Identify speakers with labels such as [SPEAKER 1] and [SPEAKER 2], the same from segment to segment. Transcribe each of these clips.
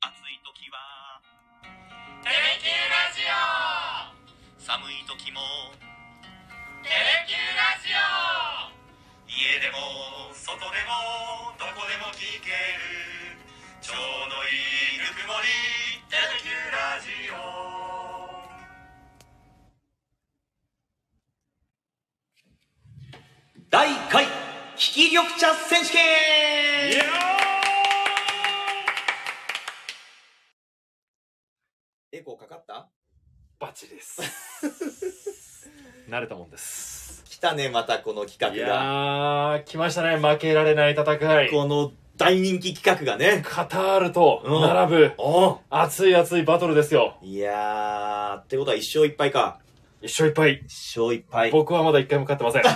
[SPEAKER 1] 時は
[SPEAKER 2] テレキューラジオ
[SPEAKER 1] 寒い時も
[SPEAKER 2] テレキューラジオ
[SPEAKER 1] 家でも外でもどこでも聞けるちょうどいいぬくもりテレキューラジオ
[SPEAKER 3] 第1回危機緑茶選手権エコーかかった
[SPEAKER 4] バチ です。慣れたもんです。
[SPEAKER 3] 来たねまたこの企
[SPEAKER 4] い
[SPEAKER 3] 画が
[SPEAKER 4] やー、来ましたね。負けられない戦い。
[SPEAKER 3] この大人気企画がね
[SPEAKER 4] カタールと並ぶ
[SPEAKER 3] お
[SPEAKER 4] 熱い熱いバトルですよ。
[SPEAKER 3] いやーってことは一勝一敗か
[SPEAKER 4] 一勝いっぱい。
[SPEAKER 3] 一勝一敗
[SPEAKER 4] 僕はまだ一回も勝 ってません。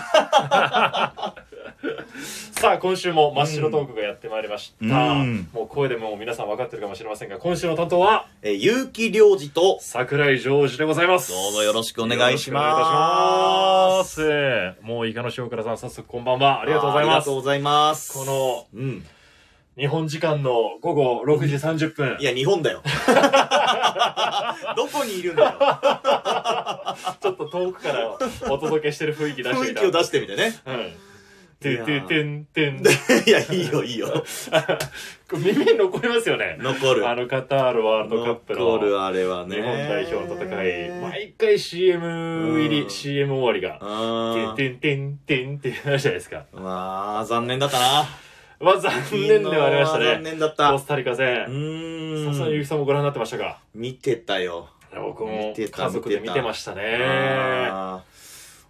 [SPEAKER 4] さあ、今週も真っ白トークがやってまいりました。
[SPEAKER 3] うん
[SPEAKER 4] もう声でもう皆さん分かってるかもしれませんが、今週の担当は
[SPEAKER 3] えー結城良二と
[SPEAKER 4] 桜井ジョージでございます。
[SPEAKER 3] どうもよろしくお願いします
[SPEAKER 4] よろしくお願いいたします。もうイカの塩倉さん、早速こんばんは。あ
[SPEAKER 3] あ
[SPEAKER 4] りがとうござい
[SPEAKER 3] あり
[SPEAKER 4] ま
[SPEAKER 3] が
[SPEAKER 4] す
[SPEAKER 3] とう。ございます
[SPEAKER 4] この
[SPEAKER 3] うん
[SPEAKER 4] 日本時間の午後6時30分
[SPEAKER 3] い。や日本だよ どこにいるんだ
[SPEAKER 4] ちょっと遠くからお届けしてる雰囲気出
[SPEAKER 3] よ
[SPEAKER 4] して
[SPEAKER 3] 雰囲
[SPEAKER 4] みた。
[SPEAKER 3] 気を出してみてね
[SPEAKER 4] うん。てんてんてんてん。
[SPEAKER 3] いやいいよいいよ
[SPEAKER 4] これ耳に残りますよね。
[SPEAKER 3] 残る
[SPEAKER 4] あのカタールワールドカップ
[SPEAKER 3] 残
[SPEAKER 4] の
[SPEAKER 3] るあれはね
[SPEAKER 4] 日本代表の戦い。毎回 CM 入
[SPEAKER 3] う
[SPEAKER 4] り、
[SPEAKER 3] ん
[SPEAKER 4] CM 終わりが。
[SPEAKER 3] あ
[SPEAKER 4] てんてんてんてんって話じゃないですか。
[SPEAKER 3] まあ残念だったな
[SPEAKER 4] ま あ残念ではありました
[SPEAKER 3] 残
[SPEAKER 4] ね。
[SPEAKER 3] 念だっ
[SPEAKER 4] コ
[SPEAKER 3] た
[SPEAKER 4] スタリカ
[SPEAKER 3] う
[SPEAKER 4] 戦。笹野ゆ
[SPEAKER 3] ー
[SPEAKER 4] き
[SPEAKER 3] ん
[SPEAKER 4] さんもご覧になってましたか
[SPEAKER 3] 見てたよ
[SPEAKER 4] 僕も
[SPEAKER 3] 見てた
[SPEAKER 4] 家族で見てましたね。
[SPEAKER 3] あー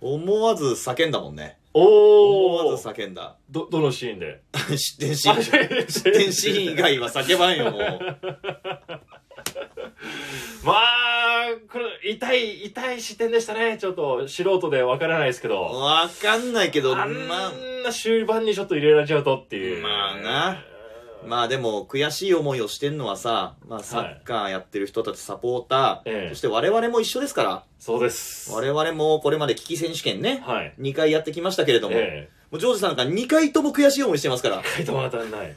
[SPEAKER 3] 思わず叫んだもんね思
[SPEAKER 4] お
[SPEAKER 3] わ
[SPEAKER 4] お
[SPEAKER 3] ず叫んだ
[SPEAKER 4] ど、どのシーンで
[SPEAKER 3] 失点シーン
[SPEAKER 4] 失
[SPEAKER 3] 失点シーン以外は叫ばんよも う
[SPEAKER 4] まあ、これ、痛い、痛い視点でしたね。ちょっと、素人でわからないですけど。
[SPEAKER 3] わかんないけどま
[SPEAKER 4] あ
[SPEAKER 3] あ
[SPEAKER 4] んな終盤にちょっと入れられちゃうとっていう。
[SPEAKER 3] まあなまあでも悔しい思いをしてんのはさ、まあ、サッカーやってる人たちサポーター、
[SPEAKER 4] ええ
[SPEAKER 3] そして我々も一緒ですから
[SPEAKER 4] そうです。
[SPEAKER 3] 我々もこれまで危機選手権ね、
[SPEAKER 4] はい。
[SPEAKER 3] 2回やってきましたけれども、
[SPEAKER 4] ええ。
[SPEAKER 3] もうジョージさんが2回とも悔しい思いしてますから。
[SPEAKER 4] 回答が当たんない。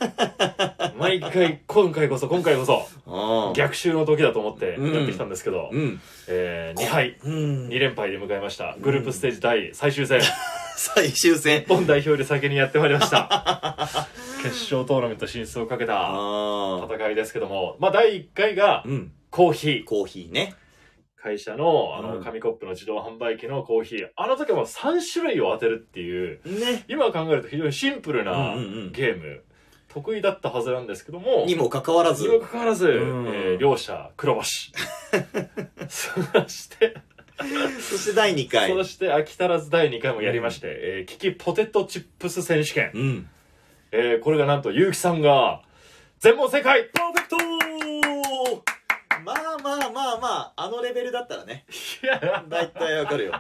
[SPEAKER 4] 毎回、今回こそ、今回こそ、
[SPEAKER 3] うん。
[SPEAKER 4] 逆襲の時だと思ってやってきたんですけど、
[SPEAKER 3] うん。
[SPEAKER 4] えー、2敗、
[SPEAKER 3] うん
[SPEAKER 4] 2連敗で迎えました。グループステージ第 最終戦、日
[SPEAKER 3] 最終戦。
[SPEAKER 4] 本代表より先にやってまいりました。 決勝トーナメント進出をかけた。
[SPEAKER 3] ああ。
[SPEAKER 4] 戦いですけども、まあ、第1回が
[SPEAKER 3] うん。
[SPEAKER 4] コーヒー。
[SPEAKER 3] コーヒーね。
[SPEAKER 4] 会社の、あ
[SPEAKER 3] う
[SPEAKER 4] の、
[SPEAKER 3] ん
[SPEAKER 4] 紙コップの自動販売機のコーヒー。あの時はもう3種類を当てるっていう、
[SPEAKER 3] ね。
[SPEAKER 4] 今考えると非常にシンプルな
[SPEAKER 3] うんうんうん
[SPEAKER 4] ゲーム。得意だったはずなんですけども、
[SPEAKER 3] にもかかわらず
[SPEAKER 4] に。もかかわらず、
[SPEAKER 3] うん
[SPEAKER 4] えー両者 黒星。そして、
[SPEAKER 3] そして第2回。
[SPEAKER 4] そして飽き足らず第2回もやりまして、えーキキポテトチップス選手権。
[SPEAKER 3] うん。
[SPEAKER 4] えーこれがなんと、結城さんが、全問正解
[SPEAKER 3] パーフェクトまあまあまあまあ、あのレベルだったらね。
[SPEAKER 4] いや
[SPEAKER 3] だいたいわかるよ。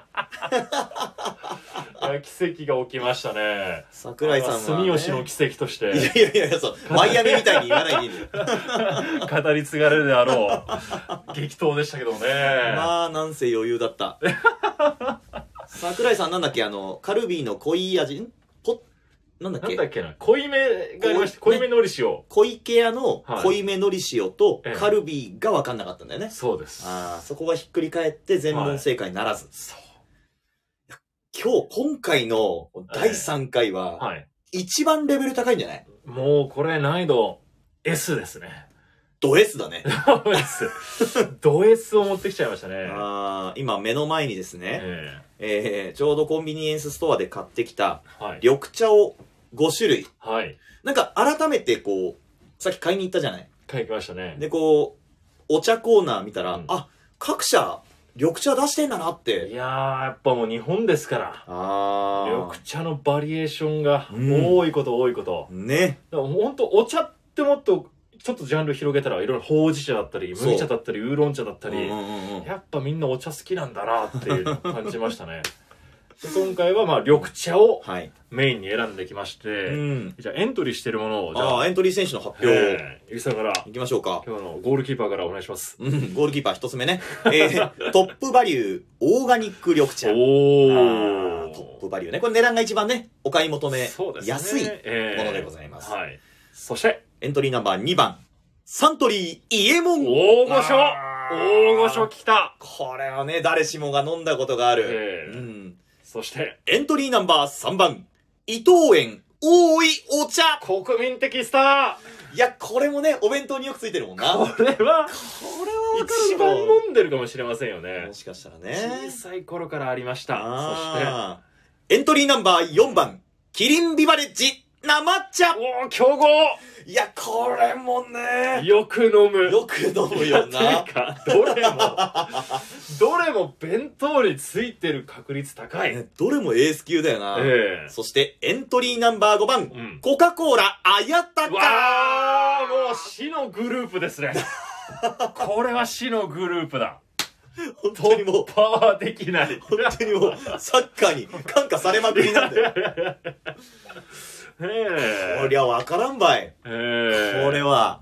[SPEAKER 4] いや奇跡が起きましたね。
[SPEAKER 3] 桜井さんは、ね。
[SPEAKER 4] 住吉の奇跡とし
[SPEAKER 3] いや
[SPEAKER 4] て
[SPEAKER 3] いやいや、 そう。マイアミみたいに言わないでい いんだよ。
[SPEAKER 4] 語り継がれるであろう激闘でしたけどもね、
[SPEAKER 3] まあ、なんせ余裕だ った。桜井さんなんだっけあの、カルビーの濃い味、んポッ、なんだっ
[SPEAKER 4] なん
[SPEAKER 3] け
[SPEAKER 4] だっけな濃いめがありまして
[SPEAKER 3] 濃
[SPEAKER 4] 濃
[SPEAKER 3] い
[SPEAKER 4] いめのり塩、
[SPEAKER 3] 濃いケアの
[SPEAKER 4] はい
[SPEAKER 3] 濃いめのり塩と
[SPEAKER 4] ええ
[SPEAKER 3] カルビーが分かんなかったんだよね。
[SPEAKER 4] そうです
[SPEAKER 3] ああ、そこがひっくり返って全問正解ならず。
[SPEAKER 4] そう
[SPEAKER 3] 今日、今回の第3回は、
[SPEAKER 4] はい
[SPEAKER 3] 一番レベル高いんじゃない
[SPEAKER 4] もうこれ難易度 S ですね
[SPEAKER 3] ド S だね。
[SPEAKER 4] ド S ド S を持ってきちゃいましたね
[SPEAKER 3] ああ、今目の前にですね、
[SPEAKER 4] え
[SPEAKER 3] えーちょうどコンビニエンスストアで買ってきた
[SPEAKER 4] えはい
[SPEAKER 3] 緑茶を5種類。
[SPEAKER 4] はい
[SPEAKER 3] なんか改めてこう、さっき買いに行ったじゃない
[SPEAKER 4] 書きましたね
[SPEAKER 3] で、こう、お茶コーナー見たら、
[SPEAKER 4] うん
[SPEAKER 3] あ、各社、緑茶出してんだなっ
[SPEAKER 4] い
[SPEAKER 3] て。
[SPEAKER 4] やーやっぱもう日本ですから
[SPEAKER 3] ああ。
[SPEAKER 4] 緑茶のバリエーションが
[SPEAKER 3] うん
[SPEAKER 4] 多いこと多いこと、
[SPEAKER 3] ね。
[SPEAKER 4] だからもうほんとお茶ってもっとちょっとジャンル広げたらいろいろほうじ茶だったり
[SPEAKER 3] そう
[SPEAKER 4] 麦茶だったりウーロン茶だった
[SPEAKER 3] う
[SPEAKER 4] り、
[SPEAKER 3] んうんうんうん
[SPEAKER 4] やっぱみんなお茶好きなんだなっていうのを感じまし たねで今回はまあ緑茶を
[SPEAKER 3] はい。
[SPEAKER 4] メインに選んできまして、
[SPEAKER 3] うん。
[SPEAKER 4] じゃあエントリーしてるものをじゃ
[SPEAKER 3] あ
[SPEAKER 4] あ
[SPEAKER 3] あ、エントリー選手の発表、
[SPEAKER 4] えーゆきさんから
[SPEAKER 3] いきましょうか。
[SPEAKER 4] 今日のゴールキーパーからお願いします
[SPEAKER 3] うん、ゴールキーパー一つ目ね。えー、 トップバリュー、オーガニック緑
[SPEAKER 4] お
[SPEAKER 3] 茶。あートップ
[SPEAKER 4] お
[SPEAKER 3] バリューね。これ値段が一番ね、お買い求め
[SPEAKER 4] そうですね
[SPEAKER 3] 安い
[SPEAKER 4] えー
[SPEAKER 3] ものでございます。
[SPEAKER 4] はいそして
[SPEAKER 3] エントリーナンバー2番、サントリー、伊右衛門。
[SPEAKER 4] 大御所
[SPEAKER 3] あー
[SPEAKER 4] 大御所来た
[SPEAKER 3] これはね、誰しもが飲んだことがある。
[SPEAKER 4] ええ
[SPEAKER 3] うん。
[SPEAKER 4] そして、
[SPEAKER 3] エントリーナンバー3番、伊藤園、多いお茶。
[SPEAKER 4] 国民的スタ
[SPEAKER 3] いや、これもね、お弁当によくついてるもんな。
[SPEAKER 4] ー
[SPEAKER 3] こ
[SPEAKER 4] これは、
[SPEAKER 3] れはわか
[SPEAKER 4] 一
[SPEAKER 3] るだ
[SPEAKER 4] 番
[SPEAKER 3] ろ
[SPEAKER 4] 飲んでるかもしれませんよね
[SPEAKER 3] も。しかしたらね
[SPEAKER 4] 小。さい頃からありました。そして、
[SPEAKER 3] あーエントリーナンバー4番、キリンビバレッジ、生茶。
[SPEAKER 4] おお強豪
[SPEAKER 3] いや、これもね、
[SPEAKER 4] よく飲む
[SPEAKER 3] よく飲む
[SPEAKER 4] いや
[SPEAKER 3] よ
[SPEAKER 4] て
[SPEAKER 3] な。
[SPEAKER 4] いうかどれもどれも弁当についてる確率高い、
[SPEAKER 3] ねどれもエース級だよな。
[SPEAKER 4] ええ
[SPEAKER 3] そして、エントリーナンバー5番、
[SPEAKER 4] うん
[SPEAKER 3] コカ・コーラ、あやた
[SPEAKER 4] わ
[SPEAKER 3] か
[SPEAKER 4] あもう死のグループです ねこれは死のグループだ
[SPEAKER 3] 本
[SPEAKER 4] 突
[SPEAKER 3] 当にもう、
[SPEAKER 4] 破はできない
[SPEAKER 3] 本当にもう、サッカーに感化されまくりなんだよ。
[SPEAKER 4] え
[SPEAKER 3] こりゃわからんばい。
[SPEAKER 4] え
[SPEAKER 3] これは。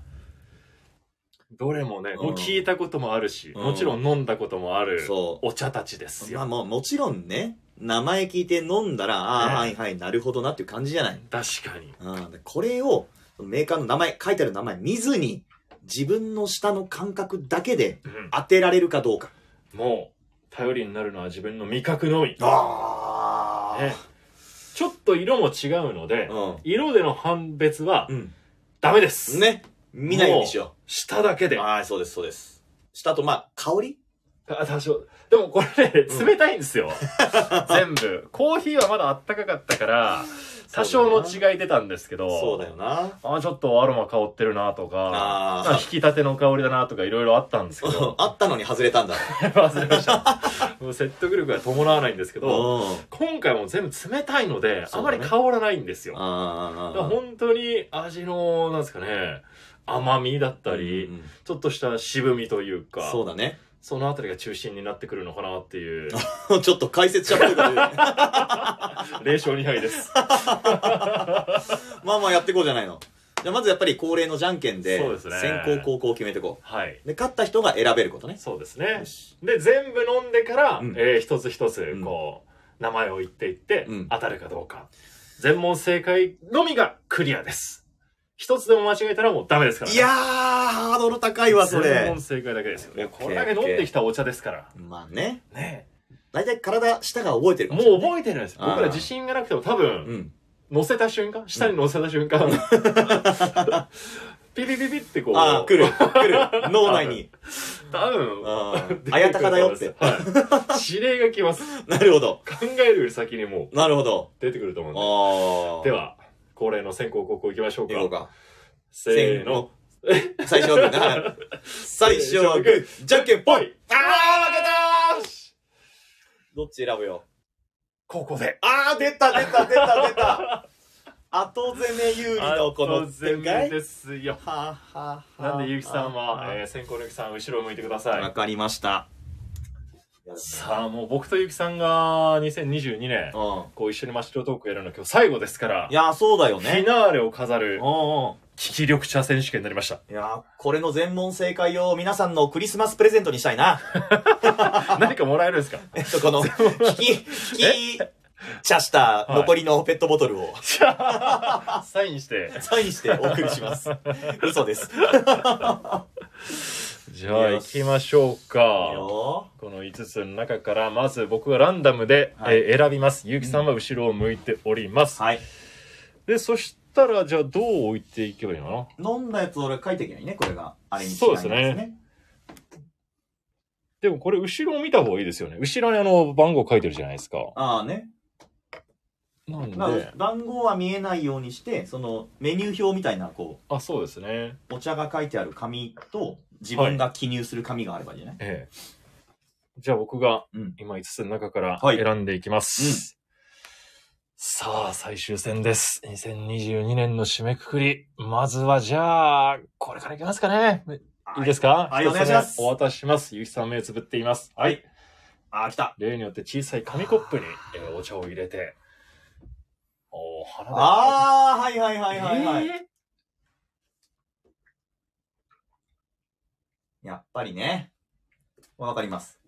[SPEAKER 4] どれもね、もううん聞いたこともあるし、
[SPEAKER 3] うん
[SPEAKER 4] もちろん飲んだこともある
[SPEAKER 3] そう
[SPEAKER 4] お茶たちですよ、
[SPEAKER 3] まあもう、もちろんね、名前聞いて飲んだら、ああ、はいはい、なるほどなっていう感じじゃない。
[SPEAKER 4] 確かに
[SPEAKER 3] うん、でこれを、メーカーの名前、書いてある名前見ずに、自分の舌の感覚だけで
[SPEAKER 4] うん
[SPEAKER 3] 当てられるかどうか。
[SPEAKER 4] もう頼りになるのは自分の味覚のみ、
[SPEAKER 3] あ
[SPEAKER 4] ねちょっと色も違うので、
[SPEAKER 3] うん。
[SPEAKER 4] 色での判別は
[SPEAKER 3] うん。
[SPEAKER 4] ダメです、
[SPEAKER 3] ね。見ないようにしよ
[SPEAKER 4] 舌だけ
[SPEAKER 3] う。
[SPEAKER 4] で
[SPEAKER 3] はい、そうです、そうです。舌と、まあ、香り
[SPEAKER 4] あ多少でもこれ、ね、
[SPEAKER 3] うん
[SPEAKER 4] 冷たいんですよ 全部コーヒーはまだあったかかったから 多少の
[SPEAKER 3] う
[SPEAKER 4] 違い出たんですけど
[SPEAKER 3] そうだよな。
[SPEAKER 4] あちょっとアロマ香ってるなとか
[SPEAKER 3] あー
[SPEAKER 4] なんか引き立ての香りだなとかいろいろあったんですけ ど
[SPEAKER 3] あったのに外れたんだ。
[SPEAKER 4] 忘れました もう説得力が伴わないんですけど
[SPEAKER 3] あ
[SPEAKER 4] 今回も全部冷たいので、あ
[SPEAKER 3] そう
[SPEAKER 4] ま
[SPEAKER 3] だね
[SPEAKER 4] り香らないんですよだから
[SPEAKER 3] あ。
[SPEAKER 4] 本当に味のなんですかね甘みだったり、
[SPEAKER 3] うんうん
[SPEAKER 4] ちょっとした渋みというか
[SPEAKER 3] そうだね。
[SPEAKER 4] そのあたりが中心になってくるのかなっていう
[SPEAKER 3] ちょっと解説者っぽいこと言う ね
[SPEAKER 4] 0勝2敗です
[SPEAKER 3] まあまあやっていこうじゃないの。じゃあまずやっぱり恒例のじゃんけんで、
[SPEAKER 4] そうですね
[SPEAKER 3] 先行後攻を決めていこ
[SPEAKER 4] はい。
[SPEAKER 3] う。で、勝った人が選べることね。
[SPEAKER 4] そうですね
[SPEAKER 3] よ。し
[SPEAKER 4] で、全部飲んでから、
[SPEAKER 3] うん
[SPEAKER 4] えー一つ一つ
[SPEAKER 3] ん、
[SPEAKER 4] こう、名前を言っていって、
[SPEAKER 3] うん
[SPEAKER 4] 当たるかどうか。全問正解のみがクリアです。一つでも間違えたらもうダメですから、
[SPEAKER 3] いやー、ハードル高いわ、そ
[SPEAKER 4] 全
[SPEAKER 3] れ
[SPEAKER 4] 問。正解だけですよ。いや、
[SPEAKER 3] オッケー
[SPEAKER 4] これだけ飲んできたお茶ですから。
[SPEAKER 3] まあね。
[SPEAKER 4] ね
[SPEAKER 3] 大体体、舌が覚えてるかも
[SPEAKER 4] も
[SPEAKER 3] しれ
[SPEAKER 4] う覚えてるんですよ。
[SPEAKER 3] あー
[SPEAKER 4] 僕ら自信がなくても多
[SPEAKER 3] ない。
[SPEAKER 4] 分、
[SPEAKER 3] うん。
[SPEAKER 4] 乗せた瞬間、下に乗せた瞬間、 ピピピピってこう、
[SPEAKER 3] ああ、来る、来 る。脳内に。
[SPEAKER 4] 多分、
[SPEAKER 3] あ
[SPEAKER 4] 出てく る
[SPEAKER 3] あやたかだよって。
[SPEAKER 4] と思います。はい。指令が来ます。
[SPEAKER 3] なるほど。
[SPEAKER 4] 考えるより先にもう
[SPEAKER 3] なるほど。
[SPEAKER 4] 出てくると思うんで。
[SPEAKER 3] ああ。
[SPEAKER 4] で、は、恒例の先行高校行きましょう
[SPEAKER 3] いこう
[SPEAKER 4] か。
[SPEAKER 3] か。
[SPEAKER 4] せーの。
[SPEAKER 3] 最初はグーな。最初はグー、じゃんけんぽい
[SPEAKER 4] ああ負けたー
[SPEAKER 3] どっち選ぶよ
[SPEAKER 4] 高校で。
[SPEAKER 3] あー、出た、出た、出た、出た。後攻め有利のこの
[SPEAKER 4] 後攻めですよ。
[SPEAKER 3] はあはあはあ
[SPEAKER 4] なんで、ゆうきさんは、
[SPEAKER 3] あ
[SPEAKER 4] えー先行のゆきさん、後ろを向いてくださ
[SPEAKER 3] わ
[SPEAKER 4] い。
[SPEAKER 3] かりました。
[SPEAKER 4] さあ、もう僕とゆきさんが2022年
[SPEAKER 3] う、ん。
[SPEAKER 4] こう一緒にマシロトークやるの今日最後ですから
[SPEAKER 3] い、や、そうだよ
[SPEAKER 4] フィ
[SPEAKER 3] ね。
[SPEAKER 4] ナーレを飾る
[SPEAKER 3] うんうん。
[SPEAKER 4] 危機力者選手権になりました。
[SPEAKER 3] いや、これの全問正解を皆さんのクリスマスプレゼントにしたいな。
[SPEAKER 4] 何かもらえるんですか
[SPEAKER 3] えっと、この、引き、引き、茶した残りのペットボトルを
[SPEAKER 4] サインして。
[SPEAKER 3] サインしてお送りします。嘘です。
[SPEAKER 4] じゃあ行きましょうか。
[SPEAKER 3] よ
[SPEAKER 4] この5つの中からまず僕はランダムで、
[SPEAKER 3] はい
[SPEAKER 4] えー選びますゆうきさんは後ろを向いております、
[SPEAKER 3] はい。
[SPEAKER 4] でそしたらじゃあどう置いていけばいいのかな
[SPEAKER 3] 飲んだやつ俺書いていけないね、これが。あれに違い
[SPEAKER 4] そう
[SPEAKER 3] ま
[SPEAKER 4] ですす
[SPEAKER 3] ね。
[SPEAKER 4] ねでもこれ後ろを見た方がいいですよね後ろにあの番号書いてるじゃないですか
[SPEAKER 3] ああね。
[SPEAKER 4] なん
[SPEAKER 3] まあ
[SPEAKER 4] で
[SPEAKER 3] 番号は見えないようにして、そのメニュー表みたいな、こ
[SPEAKER 4] あそうですね
[SPEAKER 3] う、お茶が書いてある紙と、自分が記入する紙があればいいじゃない、
[SPEAKER 4] ええじゃあ僕が
[SPEAKER 3] うん
[SPEAKER 4] 今5つの中から
[SPEAKER 3] はい
[SPEAKER 4] 選んでいきます、さあ最終戦です2022年の締めくくりまずはじゃあこれからいきますかねいいですか
[SPEAKER 3] はい
[SPEAKER 4] 一つ目
[SPEAKER 3] お願いします
[SPEAKER 4] お渡しします。ゆきさん目つぶっています。は
[SPEAKER 3] はいい。ああ、来た。
[SPEAKER 4] 例によって小さい紙コップに、えーお茶を入れて、おー花で。
[SPEAKER 3] ああ、はいはいはいはいはい。
[SPEAKER 4] え
[SPEAKER 3] やっぱりね。わかります。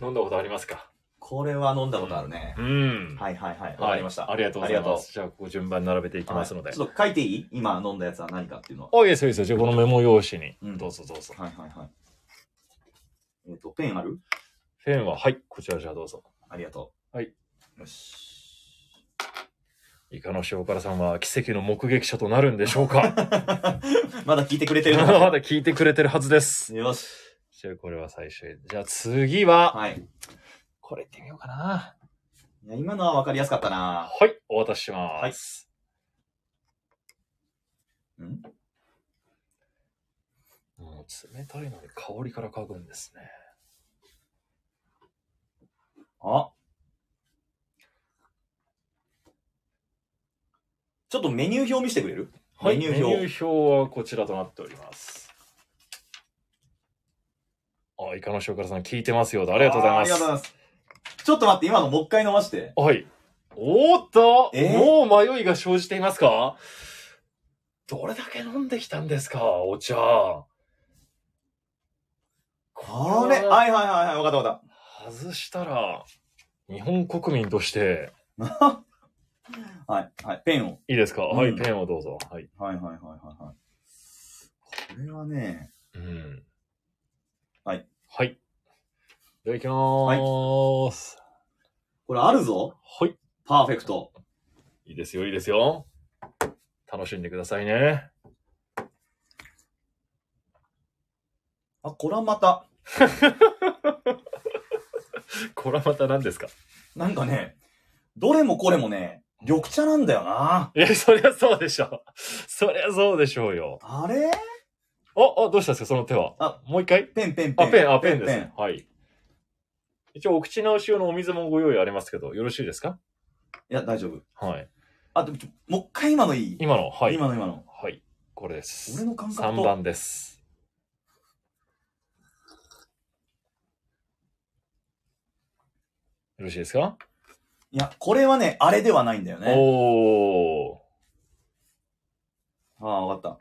[SPEAKER 4] ー飲んだことありますか
[SPEAKER 3] これは飲んだことあるね。
[SPEAKER 4] うん。
[SPEAKER 3] はいはいはい。わかりました。
[SPEAKER 4] ありがとうござい
[SPEAKER 3] ありが
[SPEAKER 4] ま
[SPEAKER 3] と
[SPEAKER 4] す。じゃあ、ここ順番に並べていきますので。
[SPEAKER 3] はいちょっと書いていい今飲んだやつは何かっていうのは。
[SPEAKER 4] あ、いいですよ、いいですよ。じゃあ、このメモ用紙に。
[SPEAKER 3] うん
[SPEAKER 4] どうぞどうぞ。
[SPEAKER 3] はいはいはい。えっ、と、ペンある
[SPEAKER 4] フェンは、はい、こちらじゃあどうぞ。
[SPEAKER 3] ありがとう。
[SPEAKER 4] はい。
[SPEAKER 3] よし。
[SPEAKER 4] イカの塩辛さんは奇跡の目撃者となるんでしょうか
[SPEAKER 3] まだ聞いてくれてる
[SPEAKER 4] ま
[SPEAKER 3] の
[SPEAKER 4] だ聞いてくれてるはずです。
[SPEAKER 3] よし。
[SPEAKER 4] じゃあ、これは最終。じゃあ、次は、
[SPEAKER 3] はい。い
[SPEAKER 4] これいってみようかな。
[SPEAKER 3] や今のは分かりやすかったな。
[SPEAKER 4] はい、お渡しします。
[SPEAKER 3] ん
[SPEAKER 4] もう冷たいのに香りから嗅ぐんですね。
[SPEAKER 3] あちょっとメニュー表見せてくれる
[SPEAKER 4] はい、
[SPEAKER 3] メニュ
[SPEAKER 4] メ
[SPEAKER 3] ー
[SPEAKER 4] ニ
[SPEAKER 3] 表
[SPEAKER 4] ュー表はこちらとなっております。あ、イカの塩辛さん聞いてますようであ
[SPEAKER 3] あ
[SPEAKER 4] りがとうございます。
[SPEAKER 3] ありがとうございます。ちょっと待って、今のもう一回飲まして。
[SPEAKER 4] はい。おーっと、
[SPEAKER 3] え
[SPEAKER 4] もう迷いが生じていますかどれだけ飲んできたんですかお茶。
[SPEAKER 3] これ、はいはいはいはい、分かった分かっ
[SPEAKER 4] 外したら、日本国民として、
[SPEAKER 3] た。はい、はい、ペンを。
[SPEAKER 4] いいですか、
[SPEAKER 3] うん
[SPEAKER 4] はい、ペンをどうぞ。はい。
[SPEAKER 3] はいはいはいはいはい。これはね、
[SPEAKER 4] うん。
[SPEAKER 3] はい。
[SPEAKER 4] はい。では行きまーす。
[SPEAKER 3] これあるぞ。
[SPEAKER 4] はい。
[SPEAKER 3] パーフェクト。
[SPEAKER 4] いいですよ、いいですよ。楽しんでくださいね。
[SPEAKER 3] あ、これはまた、
[SPEAKER 4] これはまた何ですか
[SPEAKER 3] なんかね、どれもこれもね、緑茶なんだよな。
[SPEAKER 4] いや、そりゃそうでしょ。そりゃそうでしょうよ。
[SPEAKER 3] あれ
[SPEAKER 4] あ、あ、どうしたんですかその手は。
[SPEAKER 3] あ、
[SPEAKER 4] もう一回
[SPEAKER 3] ペンペンペン。
[SPEAKER 4] あ、ペン、あ、ペンです
[SPEAKER 3] ペ
[SPEAKER 4] ね。はい。一応、お口直し用のお水もご用意ありますけど、よろしいですか
[SPEAKER 3] いや、大丈夫。
[SPEAKER 4] はい。
[SPEAKER 3] あ、でもちょ、もう一回今のいい
[SPEAKER 4] 今の、はい。
[SPEAKER 3] 今の今の。
[SPEAKER 4] はい。これで
[SPEAKER 3] 俺
[SPEAKER 4] す。
[SPEAKER 3] の感覚
[SPEAKER 4] 3
[SPEAKER 3] と。
[SPEAKER 4] 番です。よろしいですか、
[SPEAKER 3] いや、これはね、あれではないんだよね。
[SPEAKER 4] お
[SPEAKER 3] ああ、わかっ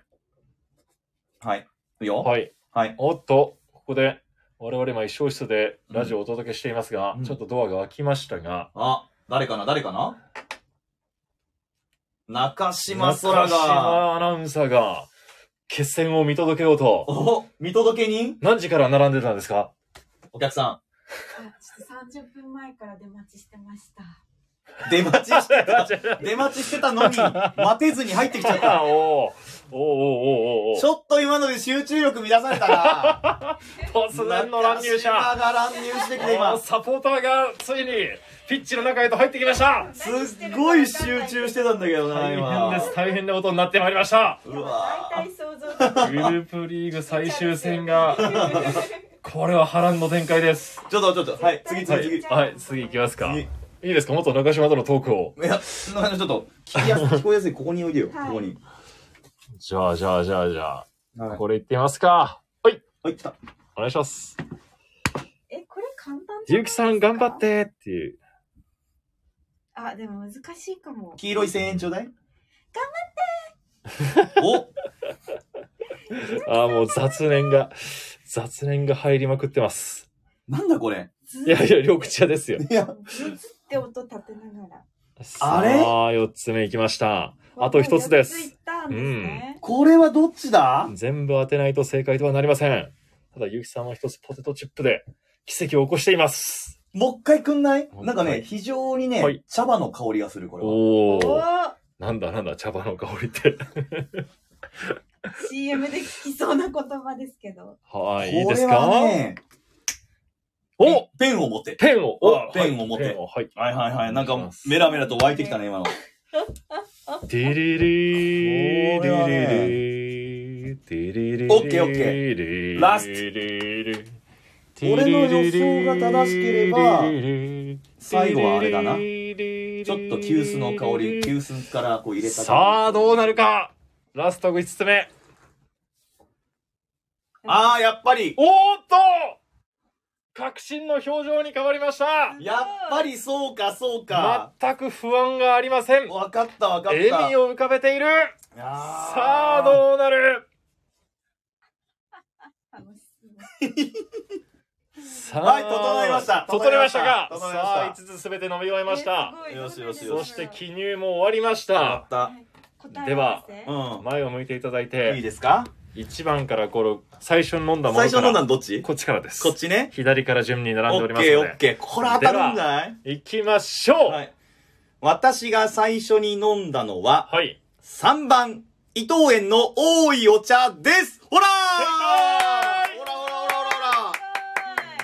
[SPEAKER 3] た。はい。いいよ。
[SPEAKER 4] ー。
[SPEAKER 3] はい。
[SPEAKER 4] はい。おっと、ここで、我々今一生室でラジオをお届けしていますが、
[SPEAKER 3] うん
[SPEAKER 4] ちょっとドアが開きましたが、
[SPEAKER 3] あ、誰かな、誰かな中島空
[SPEAKER 4] 中
[SPEAKER 3] が。
[SPEAKER 4] 島アナウンサーが、決戦を見届けようと、
[SPEAKER 3] お、見届け人
[SPEAKER 4] 何時から並んでたんですか
[SPEAKER 3] お客さ
[SPEAKER 5] ちょっと30分前から出待ちしてました。
[SPEAKER 3] ん。出待ちしてた。出待ちしてたのに、待てずに入ってきちゃ った。
[SPEAKER 4] おーおーおーおーおー
[SPEAKER 3] ちょっと今ので集中力乱されたな。
[SPEAKER 4] 突然の乱入
[SPEAKER 3] 中
[SPEAKER 4] 者
[SPEAKER 3] 島が乱入してきて
[SPEAKER 4] おー
[SPEAKER 3] 今。
[SPEAKER 4] サポーターがついにピッチの中へと入ってきました
[SPEAKER 3] すっごい集中してたんだけどな、
[SPEAKER 4] 大
[SPEAKER 3] 今。
[SPEAKER 4] 変です大変なことになってまいりました
[SPEAKER 3] うわ
[SPEAKER 5] 大体想像 でき
[SPEAKER 4] グループリーグ最終戦がこれは波乱の展開です
[SPEAKER 3] ちょっとちょっと、はい、次
[SPEAKER 4] は
[SPEAKER 3] 次次。
[SPEAKER 4] い、
[SPEAKER 3] 次
[SPEAKER 4] はい、次行きますか
[SPEAKER 3] 次
[SPEAKER 4] いいですかもっと中島とのトークを
[SPEAKER 3] いや、なんかちょっと、聞きやすい、聞こえやすい、ここにおいでよ、
[SPEAKER 5] はい
[SPEAKER 3] ここに。
[SPEAKER 4] じゃあじゃあじゃあじゃあ
[SPEAKER 3] はい、
[SPEAKER 4] これ行ってみますかはい
[SPEAKER 3] はい、来た。
[SPEAKER 4] お願いします
[SPEAKER 5] え、これ簡単じゃない
[SPEAKER 4] ゆうきさん頑張っ。てっていう
[SPEAKER 5] あ、でも難しいかも。
[SPEAKER 3] 黄色い千円ちょうだい。頑張って
[SPEAKER 4] ああもう雑念が雑念が入りまくってます
[SPEAKER 3] おなんだこれ
[SPEAKER 4] いやいや、緑茶ですよ。
[SPEAKER 3] いや、
[SPEAKER 5] ずつって音立てながら。
[SPEAKER 3] あれ
[SPEAKER 4] さあ、四つ目いきました。あと一つで
[SPEAKER 5] もう四つい
[SPEAKER 4] す
[SPEAKER 5] っ。たんですね。
[SPEAKER 3] これはどっちだ
[SPEAKER 4] 全部当てないと正解とはなりません。ただ、ゆきさんは一つポテトチップで奇跡を起こしています。
[SPEAKER 3] もう一回くんない
[SPEAKER 4] もう一回
[SPEAKER 3] なんかね、非常に
[SPEAKER 4] は
[SPEAKER 3] ね
[SPEAKER 4] い、
[SPEAKER 3] 茶葉の香りがする、これは。
[SPEAKER 4] お
[SPEAKER 5] お
[SPEAKER 4] お。
[SPEAKER 5] ー
[SPEAKER 4] なんだなんだ、茶葉の香り って。
[SPEAKER 5] CM で聞きそうな言葉ですけど。
[SPEAKER 4] はい、いい
[SPEAKER 3] こ
[SPEAKER 4] です
[SPEAKER 3] れ
[SPEAKER 4] か
[SPEAKER 3] は、ね、
[SPEAKER 4] お
[SPEAKER 3] ペンを持って。
[SPEAKER 4] ペンを、
[SPEAKER 3] あ
[SPEAKER 4] お
[SPEAKER 3] ペンを持って
[SPEAKER 4] はいペンを、はい。
[SPEAKER 3] はいはいはい。なん
[SPEAKER 4] お願
[SPEAKER 3] か
[SPEAKER 4] いし、
[SPEAKER 3] メラメラと湧いてきたね、今の。
[SPEAKER 4] ますディリリー、
[SPEAKER 3] こ
[SPEAKER 4] デ
[SPEAKER 3] れはね
[SPEAKER 4] ィリリー、ディリリリ
[SPEAKER 3] オッケーオッケ
[SPEAKER 4] ー
[SPEAKER 3] ラスト
[SPEAKER 4] ト
[SPEAKER 3] 俺の予想が正しければ最後はあれだな。ち
[SPEAKER 4] ち
[SPEAKER 3] ょっと急須の香り、急須からこう入れた。
[SPEAKER 4] さあ、どうなるかラスト5つ目。
[SPEAKER 3] ああ、やっぱり
[SPEAKER 4] おーっと確信の表情に変わりました
[SPEAKER 3] やっぱりそうか、そうか。
[SPEAKER 4] 全く不安がありません
[SPEAKER 3] わかった、わかった。
[SPEAKER 4] 笑みを浮かべているさあ、
[SPEAKER 3] う
[SPEAKER 4] どうなる
[SPEAKER 5] 楽しそう。
[SPEAKER 4] さあ。
[SPEAKER 3] はい整いました
[SPEAKER 4] 整いましたか
[SPEAKER 3] 整いました
[SPEAKER 4] さあ、5つすべて飲み終えました。
[SPEAKER 3] よしよし
[SPEAKER 4] そ
[SPEAKER 3] よ
[SPEAKER 4] して記入も終わりました。
[SPEAKER 3] た
[SPEAKER 5] はい、
[SPEAKER 4] では
[SPEAKER 5] 答え合わ
[SPEAKER 3] う
[SPEAKER 4] 前を向いていただい
[SPEAKER 3] んいい
[SPEAKER 4] て、
[SPEAKER 3] ですか
[SPEAKER 4] 1番から5、最初に飲んだものから
[SPEAKER 3] 最初のなんどっち
[SPEAKER 4] こっちからです。
[SPEAKER 3] こっちね
[SPEAKER 4] 左から順に並ん
[SPEAKER 3] オ
[SPEAKER 4] でおり
[SPEAKER 3] ッ
[SPEAKER 4] ます
[SPEAKER 3] ケー
[SPEAKER 4] の
[SPEAKER 3] オッ
[SPEAKER 4] で。
[SPEAKER 3] ケーこれ当たるんじゃない
[SPEAKER 4] いきましょう
[SPEAKER 3] はい私が最初に飲んだのは
[SPEAKER 4] はい。
[SPEAKER 3] 3番伊藤園の多いお茶ですほら
[SPEAKER 4] 正解
[SPEAKER 3] ほらほら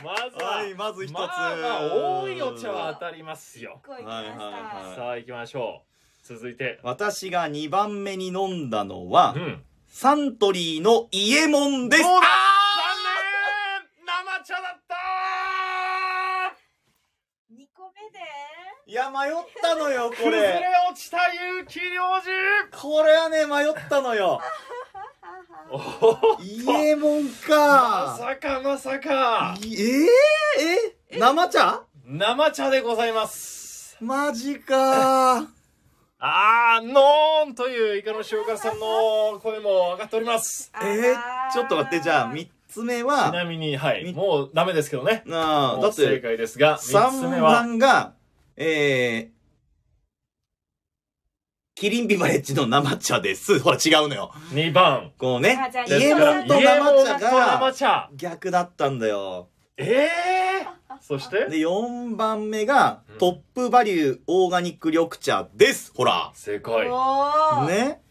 [SPEAKER 3] ほらほら
[SPEAKER 4] まず
[SPEAKER 5] せ
[SPEAKER 4] は、
[SPEAKER 3] はいまず一つ
[SPEAKER 4] まあまあ多いお茶は当たりますよ。
[SPEAKER 5] ごい来ま
[SPEAKER 3] はいはい
[SPEAKER 5] した、
[SPEAKER 3] はい
[SPEAKER 4] さあ、行きましょう。続いて。
[SPEAKER 3] 私が2番目に飲んだのは、
[SPEAKER 4] うん。
[SPEAKER 3] サントリーの伊右衛門です。
[SPEAKER 4] どう
[SPEAKER 3] あ
[SPEAKER 4] だ残念生茶だった
[SPEAKER 5] 二個目で
[SPEAKER 3] ーいや、迷ったのよ、こ
[SPEAKER 4] 崩れ
[SPEAKER 3] れ。
[SPEAKER 4] 落ちた勇気良人
[SPEAKER 3] これはね、迷ったの よ。
[SPEAKER 5] は
[SPEAKER 4] お
[SPEAKER 5] は
[SPEAKER 4] お
[SPEAKER 3] 伊右衛門
[SPEAKER 4] ま
[SPEAKER 3] か。
[SPEAKER 4] さかまさか
[SPEAKER 3] いえー、え生茶
[SPEAKER 4] 生茶でございます
[SPEAKER 3] マジかー。
[SPEAKER 4] あー、のーんというイカの塩辛さんの声も上がっております
[SPEAKER 5] あら
[SPEAKER 3] えー、ちょっと待って、じゃあ、3つ目
[SPEAKER 4] ち
[SPEAKER 3] は、
[SPEAKER 4] なみに、はい、
[SPEAKER 3] み
[SPEAKER 4] もうダメですけどね
[SPEAKER 3] なあ、
[SPEAKER 4] も
[SPEAKER 3] だ
[SPEAKER 4] う
[SPEAKER 3] っ
[SPEAKER 4] 正
[SPEAKER 3] て、
[SPEAKER 4] 解ですが、三つ目
[SPEAKER 3] 3
[SPEAKER 4] は
[SPEAKER 3] 番が、えー、キリンビバレッジの生茶です。ほら、違うのよ。
[SPEAKER 4] 2番
[SPEAKER 3] こうね
[SPEAKER 5] あじゃあ、
[SPEAKER 3] 伊右
[SPEAKER 4] で
[SPEAKER 3] 衛
[SPEAKER 4] すから、
[SPEAKER 3] 門と
[SPEAKER 4] イエモ
[SPEAKER 3] 生
[SPEAKER 4] ン
[SPEAKER 3] 茶
[SPEAKER 4] と
[SPEAKER 3] が
[SPEAKER 4] 生茶
[SPEAKER 3] 逆だったんだよ。
[SPEAKER 4] ええー、そして
[SPEAKER 3] で、4番目が
[SPEAKER 4] うん
[SPEAKER 3] トップバリューオーガニック緑茶です。ほら。
[SPEAKER 4] 正解
[SPEAKER 5] おー
[SPEAKER 3] ね。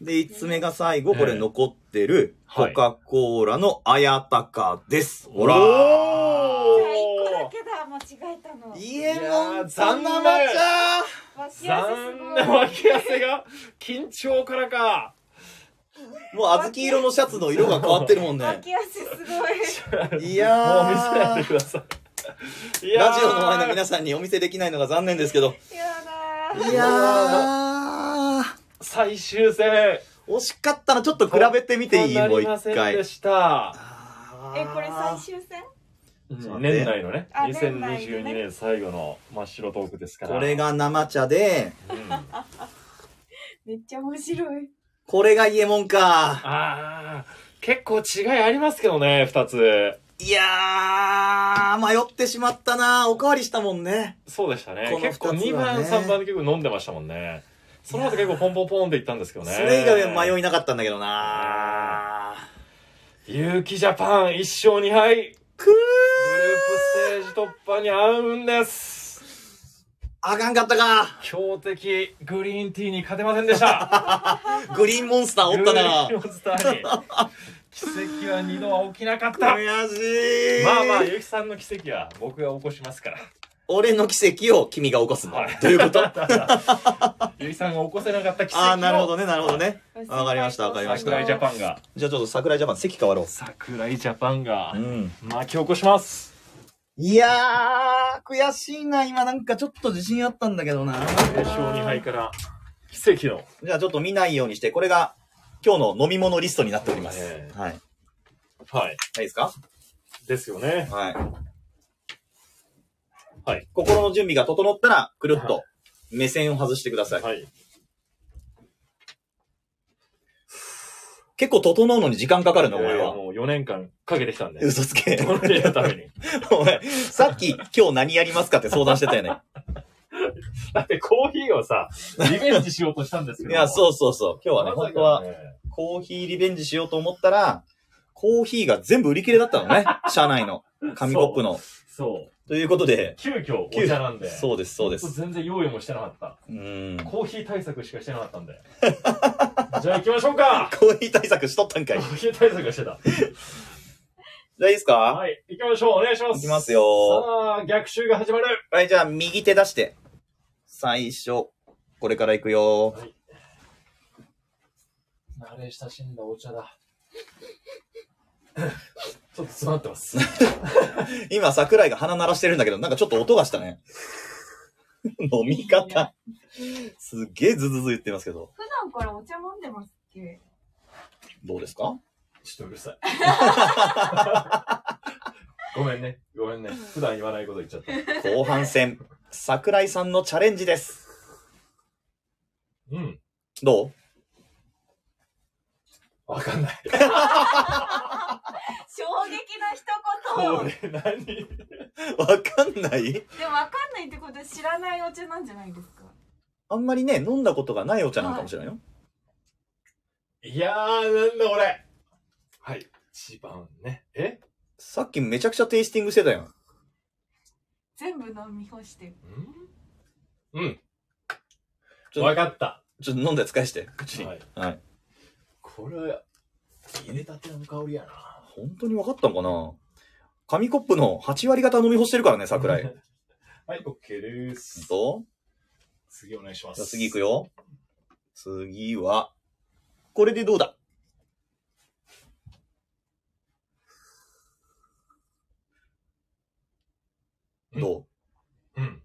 [SPEAKER 3] で、5つ目が最後、これ残ってる
[SPEAKER 4] ええ
[SPEAKER 3] コカ・コーラのあやたかです。ほら。
[SPEAKER 5] じ
[SPEAKER 4] お
[SPEAKER 5] ゃあ一個だ
[SPEAKER 4] ー
[SPEAKER 5] けだ間違えたの脇
[SPEAKER 3] イエモンと生
[SPEAKER 4] い
[SPEAKER 3] 茶
[SPEAKER 4] や
[SPEAKER 5] 汗す
[SPEAKER 4] 残
[SPEAKER 5] ごい
[SPEAKER 4] 念脇汗が緊張からか
[SPEAKER 3] もう小豆色のシャツの色が変わってるもんね。
[SPEAKER 5] 脇汗すごい
[SPEAKER 3] いやー
[SPEAKER 4] もう見せないでくださいいやー
[SPEAKER 3] ラジオの前の皆さんにお見せできないのが残念ですけど。
[SPEAKER 5] やだー
[SPEAKER 3] いやー。
[SPEAKER 4] 最終戦
[SPEAKER 3] 惜しかったな。ちょっと比べてみていいもう一
[SPEAKER 4] となりません
[SPEAKER 3] 回
[SPEAKER 4] で。した
[SPEAKER 3] あー
[SPEAKER 5] えこれ最終戦
[SPEAKER 4] うん年内のね
[SPEAKER 5] あ年内
[SPEAKER 4] 2022
[SPEAKER 5] のね
[SPEAKER 4] 年最後の真っ白トークですから
[SPEAKER 3] これ、が生茶で、
[SPEAKER 4] うんあ
[SPEAKER 5] めっちゃ面白い
[SPEAKER 3] これがイエモンか。
[SPEAKER 4] あー結構違いありますけどね2つ
[SPEAKER 3] いやー、迷ってしまったな。おかわりしたもんね。
[SPEAKER 4] そうでしたね
[SPEAKER 3] この二
[SPEAKER 4] 結
[SPEAKER 3] つ
[SPEAKER 4] 構
[SPEAKER 3] はね
[SPEAKER 4] 2番3番で結構飲んでましたもんねその後結構ポンポンポンっていったんですけどね
[SPEAKER 3] それ以外は迷いなかったんだけどな。
[SPEAKER 4] 勇気ジャパン1勝2敗
[SPEAKER 3] くー
[SPEAKER 4] グループステージ突破に合うんです
[SPEAKER 3] あかんかったか。
[SPEAKER 4] 強敵グリーンティーに勝てませんで した
[SPEAKER 3] グリーンモンスターおったな
[SPEAKER 4] グリ。ーンモンスターに奇跡は2度は起きなかった
[SPEAKER 3] 悔しい。
[SPEAKER 4] まあまあゆきさんの奇跡は僕が起こします から
[SPEAKER 3] 俺の奇跡を君が起こすの。
[SPEAKER 4] はい
[SPEAKER 3] という こと
[SPEAKER 4] ゆきさんが起こせなかった奇跡を
[SPEAKER 3] あー、なるほどね、なるほどね。わかりましたわかりました
[SPEAKER 4] 桜井ジャパンが
[SPEAKER 3] じゃあちょっと桜井ジャパン席変わろう。
[SPEAKER 4] 桜井ジャパンが
[SPEAKER 3] うん。
[SPEAKER 4] 巻き起こします
[SPEAKER 3] いやー、悔しいな。今なんかちょっと自信あったんだけどな。
[SPEAKER 4] 1勝2敗から奇跡の
[SPEAKER 3] じゃあちょっと見ないようにして、これが今日の飲み物リストになっております。
[SPEAKER 4] え
[SPEAKER 3] はい。はい
[SPEAKER 4] はい
[SPEAKER 3] いですか
[SPEAKER 4] ですよね
[SPEAKER 3] はい。
[SPEAKER 4] はい。
[SPEAKER 3] 心の準備が整ったら、くるっと目線を外してください。
[SPEAKER 4] はい
[SPEAKER 3] 結構整うのに時間かかるな、お
[SPEAKER 4] いや
[SPEAKER 3] 前
[SPEAKER 4] いや
[SPEAKER 3] は。
[SPEAKER 4] もう4年間かけてきたんで
[SPEAKER 3] 嘘つけ。
[SPEAKER 4] これのために
[SPEAKER 3] お前、さっき今日何やりますかって相談して たよね。
[SPEAKER 4] だってコーヒーをさ、リベンジしようとしたんですけ
[SPEAKER 3] い
[SPEAKER 4] ど。。
[SPEAKER 3] や、そううそうそう。今日はね、
[SPEAKER 4] まさ
[SPEAKER 3] 本当
[SPEAKER 4] か
[SPEAKER 3] は
[SPEAKER 4] ね
[SPEAKER 3] コーヒーリベンジしようと思ったら、コーヒーが全部売り切れだったのね。 社内の。紙コップの。
[SPEAKER 4] そう。
[SPEAKER 3] ということで、
[SPEAKER 4] 急遽お茶なんで。う
[SPEAKER 3] そうです、そうです。
[SPEAKER 4] 全然用意もしてなかった。
[SPEAKER 3] うん。
[SPEAKER 4] コーヒー対策しかしてなかったんで。 じゃあ行きましょうか
[SPEAKER 3] コーヒー対策しとったんかい。
[SPEAKER 4] コ
[SPEAKER 3] じゃ
[SPEAKER 4] ーヒー対策してた。
[SPEAKER 3] あいいですか
[SPEAKER 4] はい。行きましょう。お願いします。
[SPEAKER 3] いきますよ
[SPEAKER 4] さあ、逆襲が始まる。
[SPEAKER 3] はい、じゃあ右手出して。最初、これから行くよ。
[SPEAKER 4] 慣れ親しんだお茶だ。 ちょっと詰まってます。
[SPEAKER 3] 今、桜井が鼻鳴らしてるんだけど、なんかちょっと音がした ね。飲み方。すっげえズズズ言ってますけど、
[SPEAKER 5] 普段からお茶飲んでますっけ
[SPEAKER 3] どうですか
[SPEAKER 4] ちょっとうるさい。 ごめんね。ごめんね。普段言わないこと言っちゃった。
[SPEAKER 3] 後半戦、桜井さんのチャレンジです。
[SPEAKER 4] うん。
[SPEAKER 3] どう
[SPEAKER 4] わかんない。
[SPEAKER 5] 衝撃な一
[SPEAKER 4] こ
[SPEAKER 5] 言
[SPEAKER 4] れ何
[SPEAKER 3] わかんない
[SPEAKER 5] でもわかんないってことは知らないお茶なんじゃないですか
[SPEAKER 3] あんまりね、飲んだことがないお茶なんかもしれないよ。
[SPEAKER 4] いやー、なんだこれ。はい。一番ね。え
[SPEAKER 3] さっきめちゃくちゃテイスティングしてたやん。
[SPEAKER 5] 全部飲み干して
[SPEAKER 4] うん。
[SPEAKER 3] ちょ
[SPEAKER 4] わかった。
[SPEAKER 3] ちょっと飲んだやつ返して、口に。
[SPEAKER 4] は
[SPEAKER 3] はい
[SPEAKER 4] い。これ、入れたての香りやな。
[SPEAKER 3] 本当に分かったんかな紙コップの8割方飲み干してるからね、桜 井。。
[SPEAKER 4] はい、OK です。
[SPEAKER 3] どう
[SPEAKER 4] 次お願いしま
[SPEAKER 3] じ
[SPEAKER 4] す。
[SPEAKER 3] ゃあ次行く。よ。次は、これでどうだ
[SPEAKER 4] うん
[SPEAKER 3] ど
[SPEAKER 4] うん。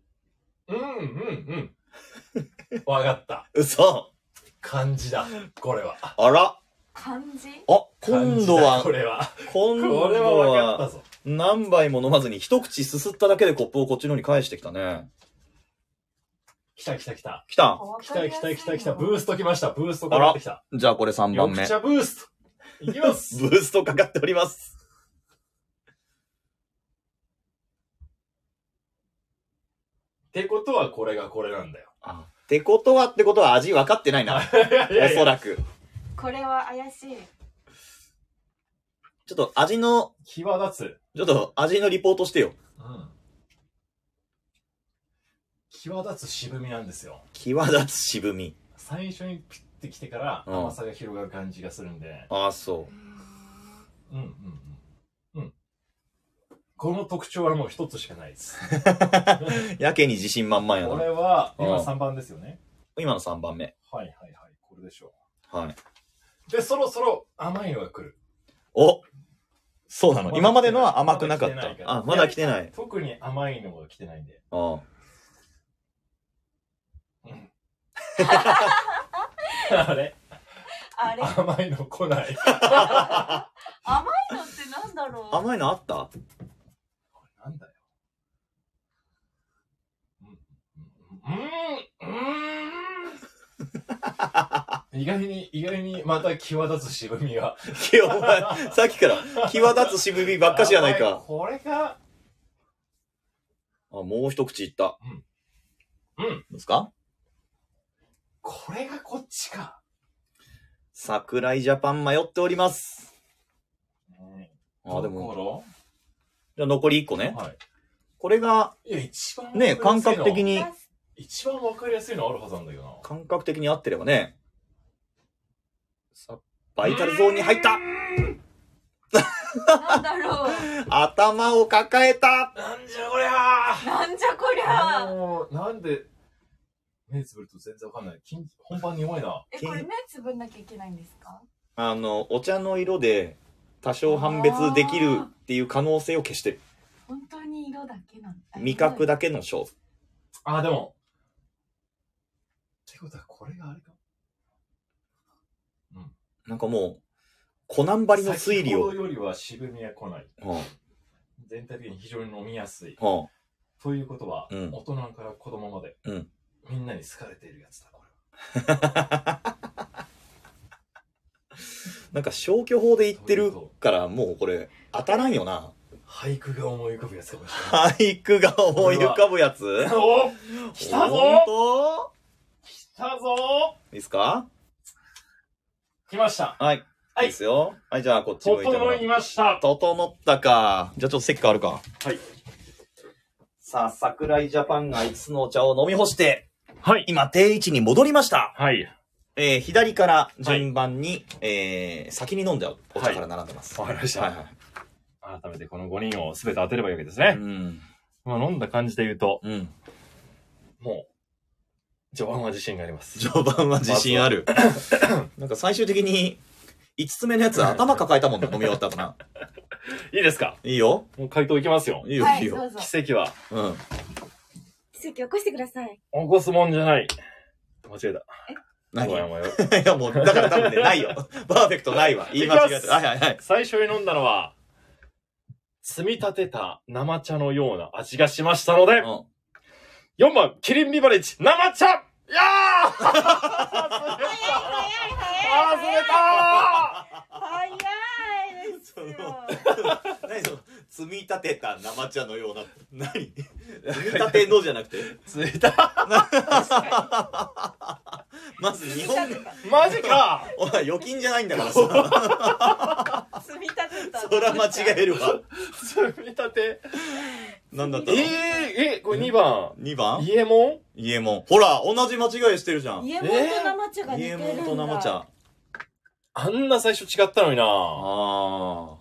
[SPEAKER 4] うん、うん、うん。わかった。
[SPEAKER 3] う嘘
[SPEAKER 4] 感じだ。これは。あ、
[SPEAKER 3] あら
[SPEAKER 5] 感じ
[SPEAKER 3] あ、今度は
[SPEAKER 4] こ、れは。
[SPEAKER 3] 今
[SPEAKER 4] こ
[SPEAKER 3] 度
[SPEAKER 4] れはわかった
[SPEAKER 3] は、
[SPEAKER 4] ぞ。
[SPEAKER 3] 何杯も飲まずに一口すすっただけでコップをこっちの方に返してきたね。
[SPEAKER 4] 来た来た来た。
[SPEAKER 3] 来た
[SPEAKER 5] わ
[SPEAKER 4] 来
[SPEAKER 5] か
[SPEAKER 4] た
[SPEAKER 5] りや
[SPEAKER 4] 来
[SPEAKER 5] すい
[SPEAKER 4] た来た
[SPEAKER 5] の
[SPEAKER 4] 来た。ブースト来ました。ブーストかかってきた。
[SPEAKER 3] じゃあこれ3番
[SPEAKER 4] 緑
[SPEAKER 3] 目。
[SPEAKER 4] 茶ブースト。いきます。
[SPEAKER 3] ブーストかかっております。
[SPEAKER 4] ってことはこれがこれなんだよ。
[SPEAKER 3] あってことはってことは味分かってない な。おそらく。
[SPEAKER 5] これは怪しい
[SPEAKER 3] ちょっと味の、
[SPEAKER 4] 際立つ。
[SPEAKER 3] ちょっと味のリポートしてよ。
[SPEAKER 4] うん。際立つ渋みなんですよ。
[SPEAKER 3] 際立つ渋み。
[SPEAKER 4] 最初にピッてきてから
[SPEAKER 3] うん
[SPEAKER 4] 甘さが広がる感じがするんで。
[SPEAKER 3] ああ、そう。
[SPEAKER 4] うんうんうん。うん。この特徴はもう一つしかないです。
[SPEAKER 3] やけに自信満々や
[SPEAKER 4] こ
[SPEAKER 3] な。
[SPEAKER 4] れは、
[SPEAKER 3] うん
[SPEAKER 4] 今3番ですよね。
[SPEAKER 3] 今の3番目。
[SPEAKER 4] はいはいはい。これでしょ
[SPEAKER 3] はい。
[SPEAKER 4] う。で、そろそろ甘いのが来る。
[SPEAKER 3] おそうなの。
[SPEAKER 4] まだ来てない
[SPEAKER 3] 今までのは甘くなかっ
[SPEAKER 4] まだ来てない
[SPEAKER 3] た。
[SPEAKER 4] から
[SPEAKER 3] あ、まだ来てない。
[SPEAKER 4] 特に甘いのが来てないんで。
[SPEAKER 3] ああ
[SPEAKER 4] うん。あれ
[SPEAKER 5] あれ
[SPEAKER 4] 甘いの来ない。
[SPEAKER 5] 甘いのってなんだろう
[SPEAKER 3] 甘いのあった
[SPEAKER 4] これなんだよ。うん、うん、うん。意外に、意外にまた際立つ渋みが。
[SPEAKER 3] いや、お前、 さっきから、際立つ渋みばっかしじゃない
[SPEAKER 4] やば
[SPEAKER 3] か。
[SPEAKER 4] これが、
[SPEAKER 3] あ、もう一口いった。
[SPEAKER 4] うんうん。
[SPEAKER 3] ですか
[SPEAKER 4] これがこっちか。
[SPEAKER 3] 桜井ジャパン迷っております。あ、で
[SPEAKER 4] と
[SPEAKER 3] も、
[SPEAKER 4] こ
[SPEAKER 3] じゃあ残り1個
[SPEAKER 4] ろ
[SPEAKER 3] ね。
[SPEAKER 4] は
[SPEAKER 3] これが、
[SPEAKER 4] い。いや、一番わかり
[SPEAKER 3] ね、
[SPEAKER 4] やすいの
[SPEAKER 3] 感覚的。に、
[SPEAKER 5] 私
[SPEAKER 4] 一番わかりやすいのあるはずなんだけどな。
[SPEAKER 3] 感覚的に合ってればね。さ、バイタルゾーンに入った
[SPEAKER 5] なんだろう
[SPEAKER 3] 頭を抱えた
[SPEAKER 4] なんじゃこりゃ
[SPEAKER 5] なんじゃこり
[SPEAKER 4] あ
[SPEAKER 5] ゃ
[SPEAKER 4] のー、なんで、目つぶると全然わかんない。緊本番に弱いな。
[SPEAKER 5] えこれ目つぶんなきゃいけないんですか
[SPEAKER 3] あの、お茶の色で多少判別できるっていう可能性を消してる。
[SPEAKER 5] 本当に色だけなんだ
[SPEAKER 3] 味覚
[SPEAKER 5] だ
[SPEAKER 3] だけの勝負。
[SPEAKER 4] あ、でも。ってことは、これがあれか。
[SPEAKER 3] なんかもう、コナンばりの推理
[SPEAKER 4] 先ほ
[SPEAKER 3] を。
[SPEAKER 4] どよりは渋みは来ない。
[SPEAKER 3] うん。うん。
[SPEAKER 4] 全体的に非常に飲みやすい。
[SPEAKER 3] こと
[SPEAKER 4] いうことは、
[SPEAKER 3] うん
[SPEAKER 4] 大人から子供まで、
[SPEAKER 3] うん
[SPEAKER 4] みんなに好かれているやつだ、これは。
[SPEAKER 3] うなんか消去法で言ってるから、もうこれ、当たらんよな。
[SPEAKER 4] 俳句が思い浮かぶやつかもし
[SPEAKER 3] 俳句が思い浮かぶやつ
[SPEAKER 4] れない。 お来た
[SPEAKER 3] 本
[SPEAKER 4] ぞ
[SPEAKER 3] 当
[SPEAKER 4] 来たぞ
[SPEAKER 3] いいっすか
[SPEAKER 4] 来ました。
[SPEAKER 3] はい。
[SPEAKER 4] はい
[SPEAKER 3] いっすよ。はい、じゃあこっち向いても
[SPEAKER 4] 整
[SPEAKER 3] らっ
[SPEAKER 4] い
[SPEAKER 3] て。
[SPEAKER 4] ました。
[SPEAKER 3] 整ったか。じゃあちょっと席変わるか。
[SPEAKER 4] はい。
[SPEAKER 3] さあ、桜井ジャパンが5つのお茶を飲み干して、
[SPEAKER 4] はい。
[SPEAKER 3] 今、定位置に戻りました。
[SPEAKER 4] はい。
[SPEAKER 3] えー、左から順番に、えー、先に飲んでお茶から並んでます。
[SPEAKER 4] はいわかりました
[SPEAKER 3] はいはい
[SPEAKER 4] 改めてこの5人を全て当てればいいわけですね。
[SPEAKER 3] うん。
[SPEAKER 4] まあ飲んだ感じで言うと、
[SPEAKER 3] うん。
[SPEAKER 4] もう、序盤は自信があります。
[SPEAKER 3] 序盤は自信ある。なんか最終的に、5つ目のやつ頭抱えたもんね、飲み終わった後な。
[SPEAKER 4] いいですか
[SPEAKER 3] いいよ。
[SPEAKER 4] もう回答いきますよ。
[SPEAKER 3] いいよ、、
[SPEAKER 5] はい
[SPEAKER 3] い
[SPEAKER 5] いど
[SPEAKER 3] よ。
[SPEAKER 5] うぞ
[SPEAKER 4] 奇跡は、
[SPEAKER 3] うん。
[SPEAKER 5] 奇跡起こしてください
[SPEAKER 4] 起こすもんじゃない。間違えた。
[SPEAKER 3] 何
[SPEAKER 4] ごめん
[SPEAKER 3] い
[SPEAKER 4] ごめん
[SPEAKER 3] や、もう、だから多分ね、ないよ。 パーフェクトないわ。言い間違え
[SPEAKER 4] いき
[SPEAKER 3] た。は
[SPEAKER 4] ます
[SPEAKER 3] いはいはい。
[SPEAKER 4] 最初に飲んだのは、積み立てた生茶のような味がしましたので、
[SPEAKER 3] うん
[SPEAKER 4] 4番、キリンビバレッジ、生茶いやー忘れ
[SPEAKER 5] 早い
[SPEAKER 4] た
[SPEAKER 5] 早い早いですよ
[SPEAKER 3] 積み立てた生茶のような。 何積み立てのじゃなくて。
[SPEAKER 4] ついた。
[SPEAKER 3] まず日本、
[SPEAKER 4] マジか
[SPEAKER 3] お前預金じゃないんだからさ。
[SPEAKER 2] 積み立てた
[SPEAKER 3] そら間違えるわ。
[SPEAKER 4] 積み立て。
[SPEAKER 3] なんだっ
[SPEAKER 4] え
[SPEAKER 3] た
[SPEAKER 4] ー
[SPEAKER 3] の、
[SPEAKER 4] え、これ2番。
[SPEAKER 3] ?2 番
[SPEAKER 4] 家も
[SPEAKER 3] 家も。ほら、同じ間違いしてるじゃん。
[SPEAKER 5] 家元と生茶が似て
[SPEAKER 3] 家
[SPEAKER 5] るんだ。
[SPEAKER 3] もと生茶。
[SPEAKER 4] あんな最初違ったのにな
[SPEAKER 3] あー。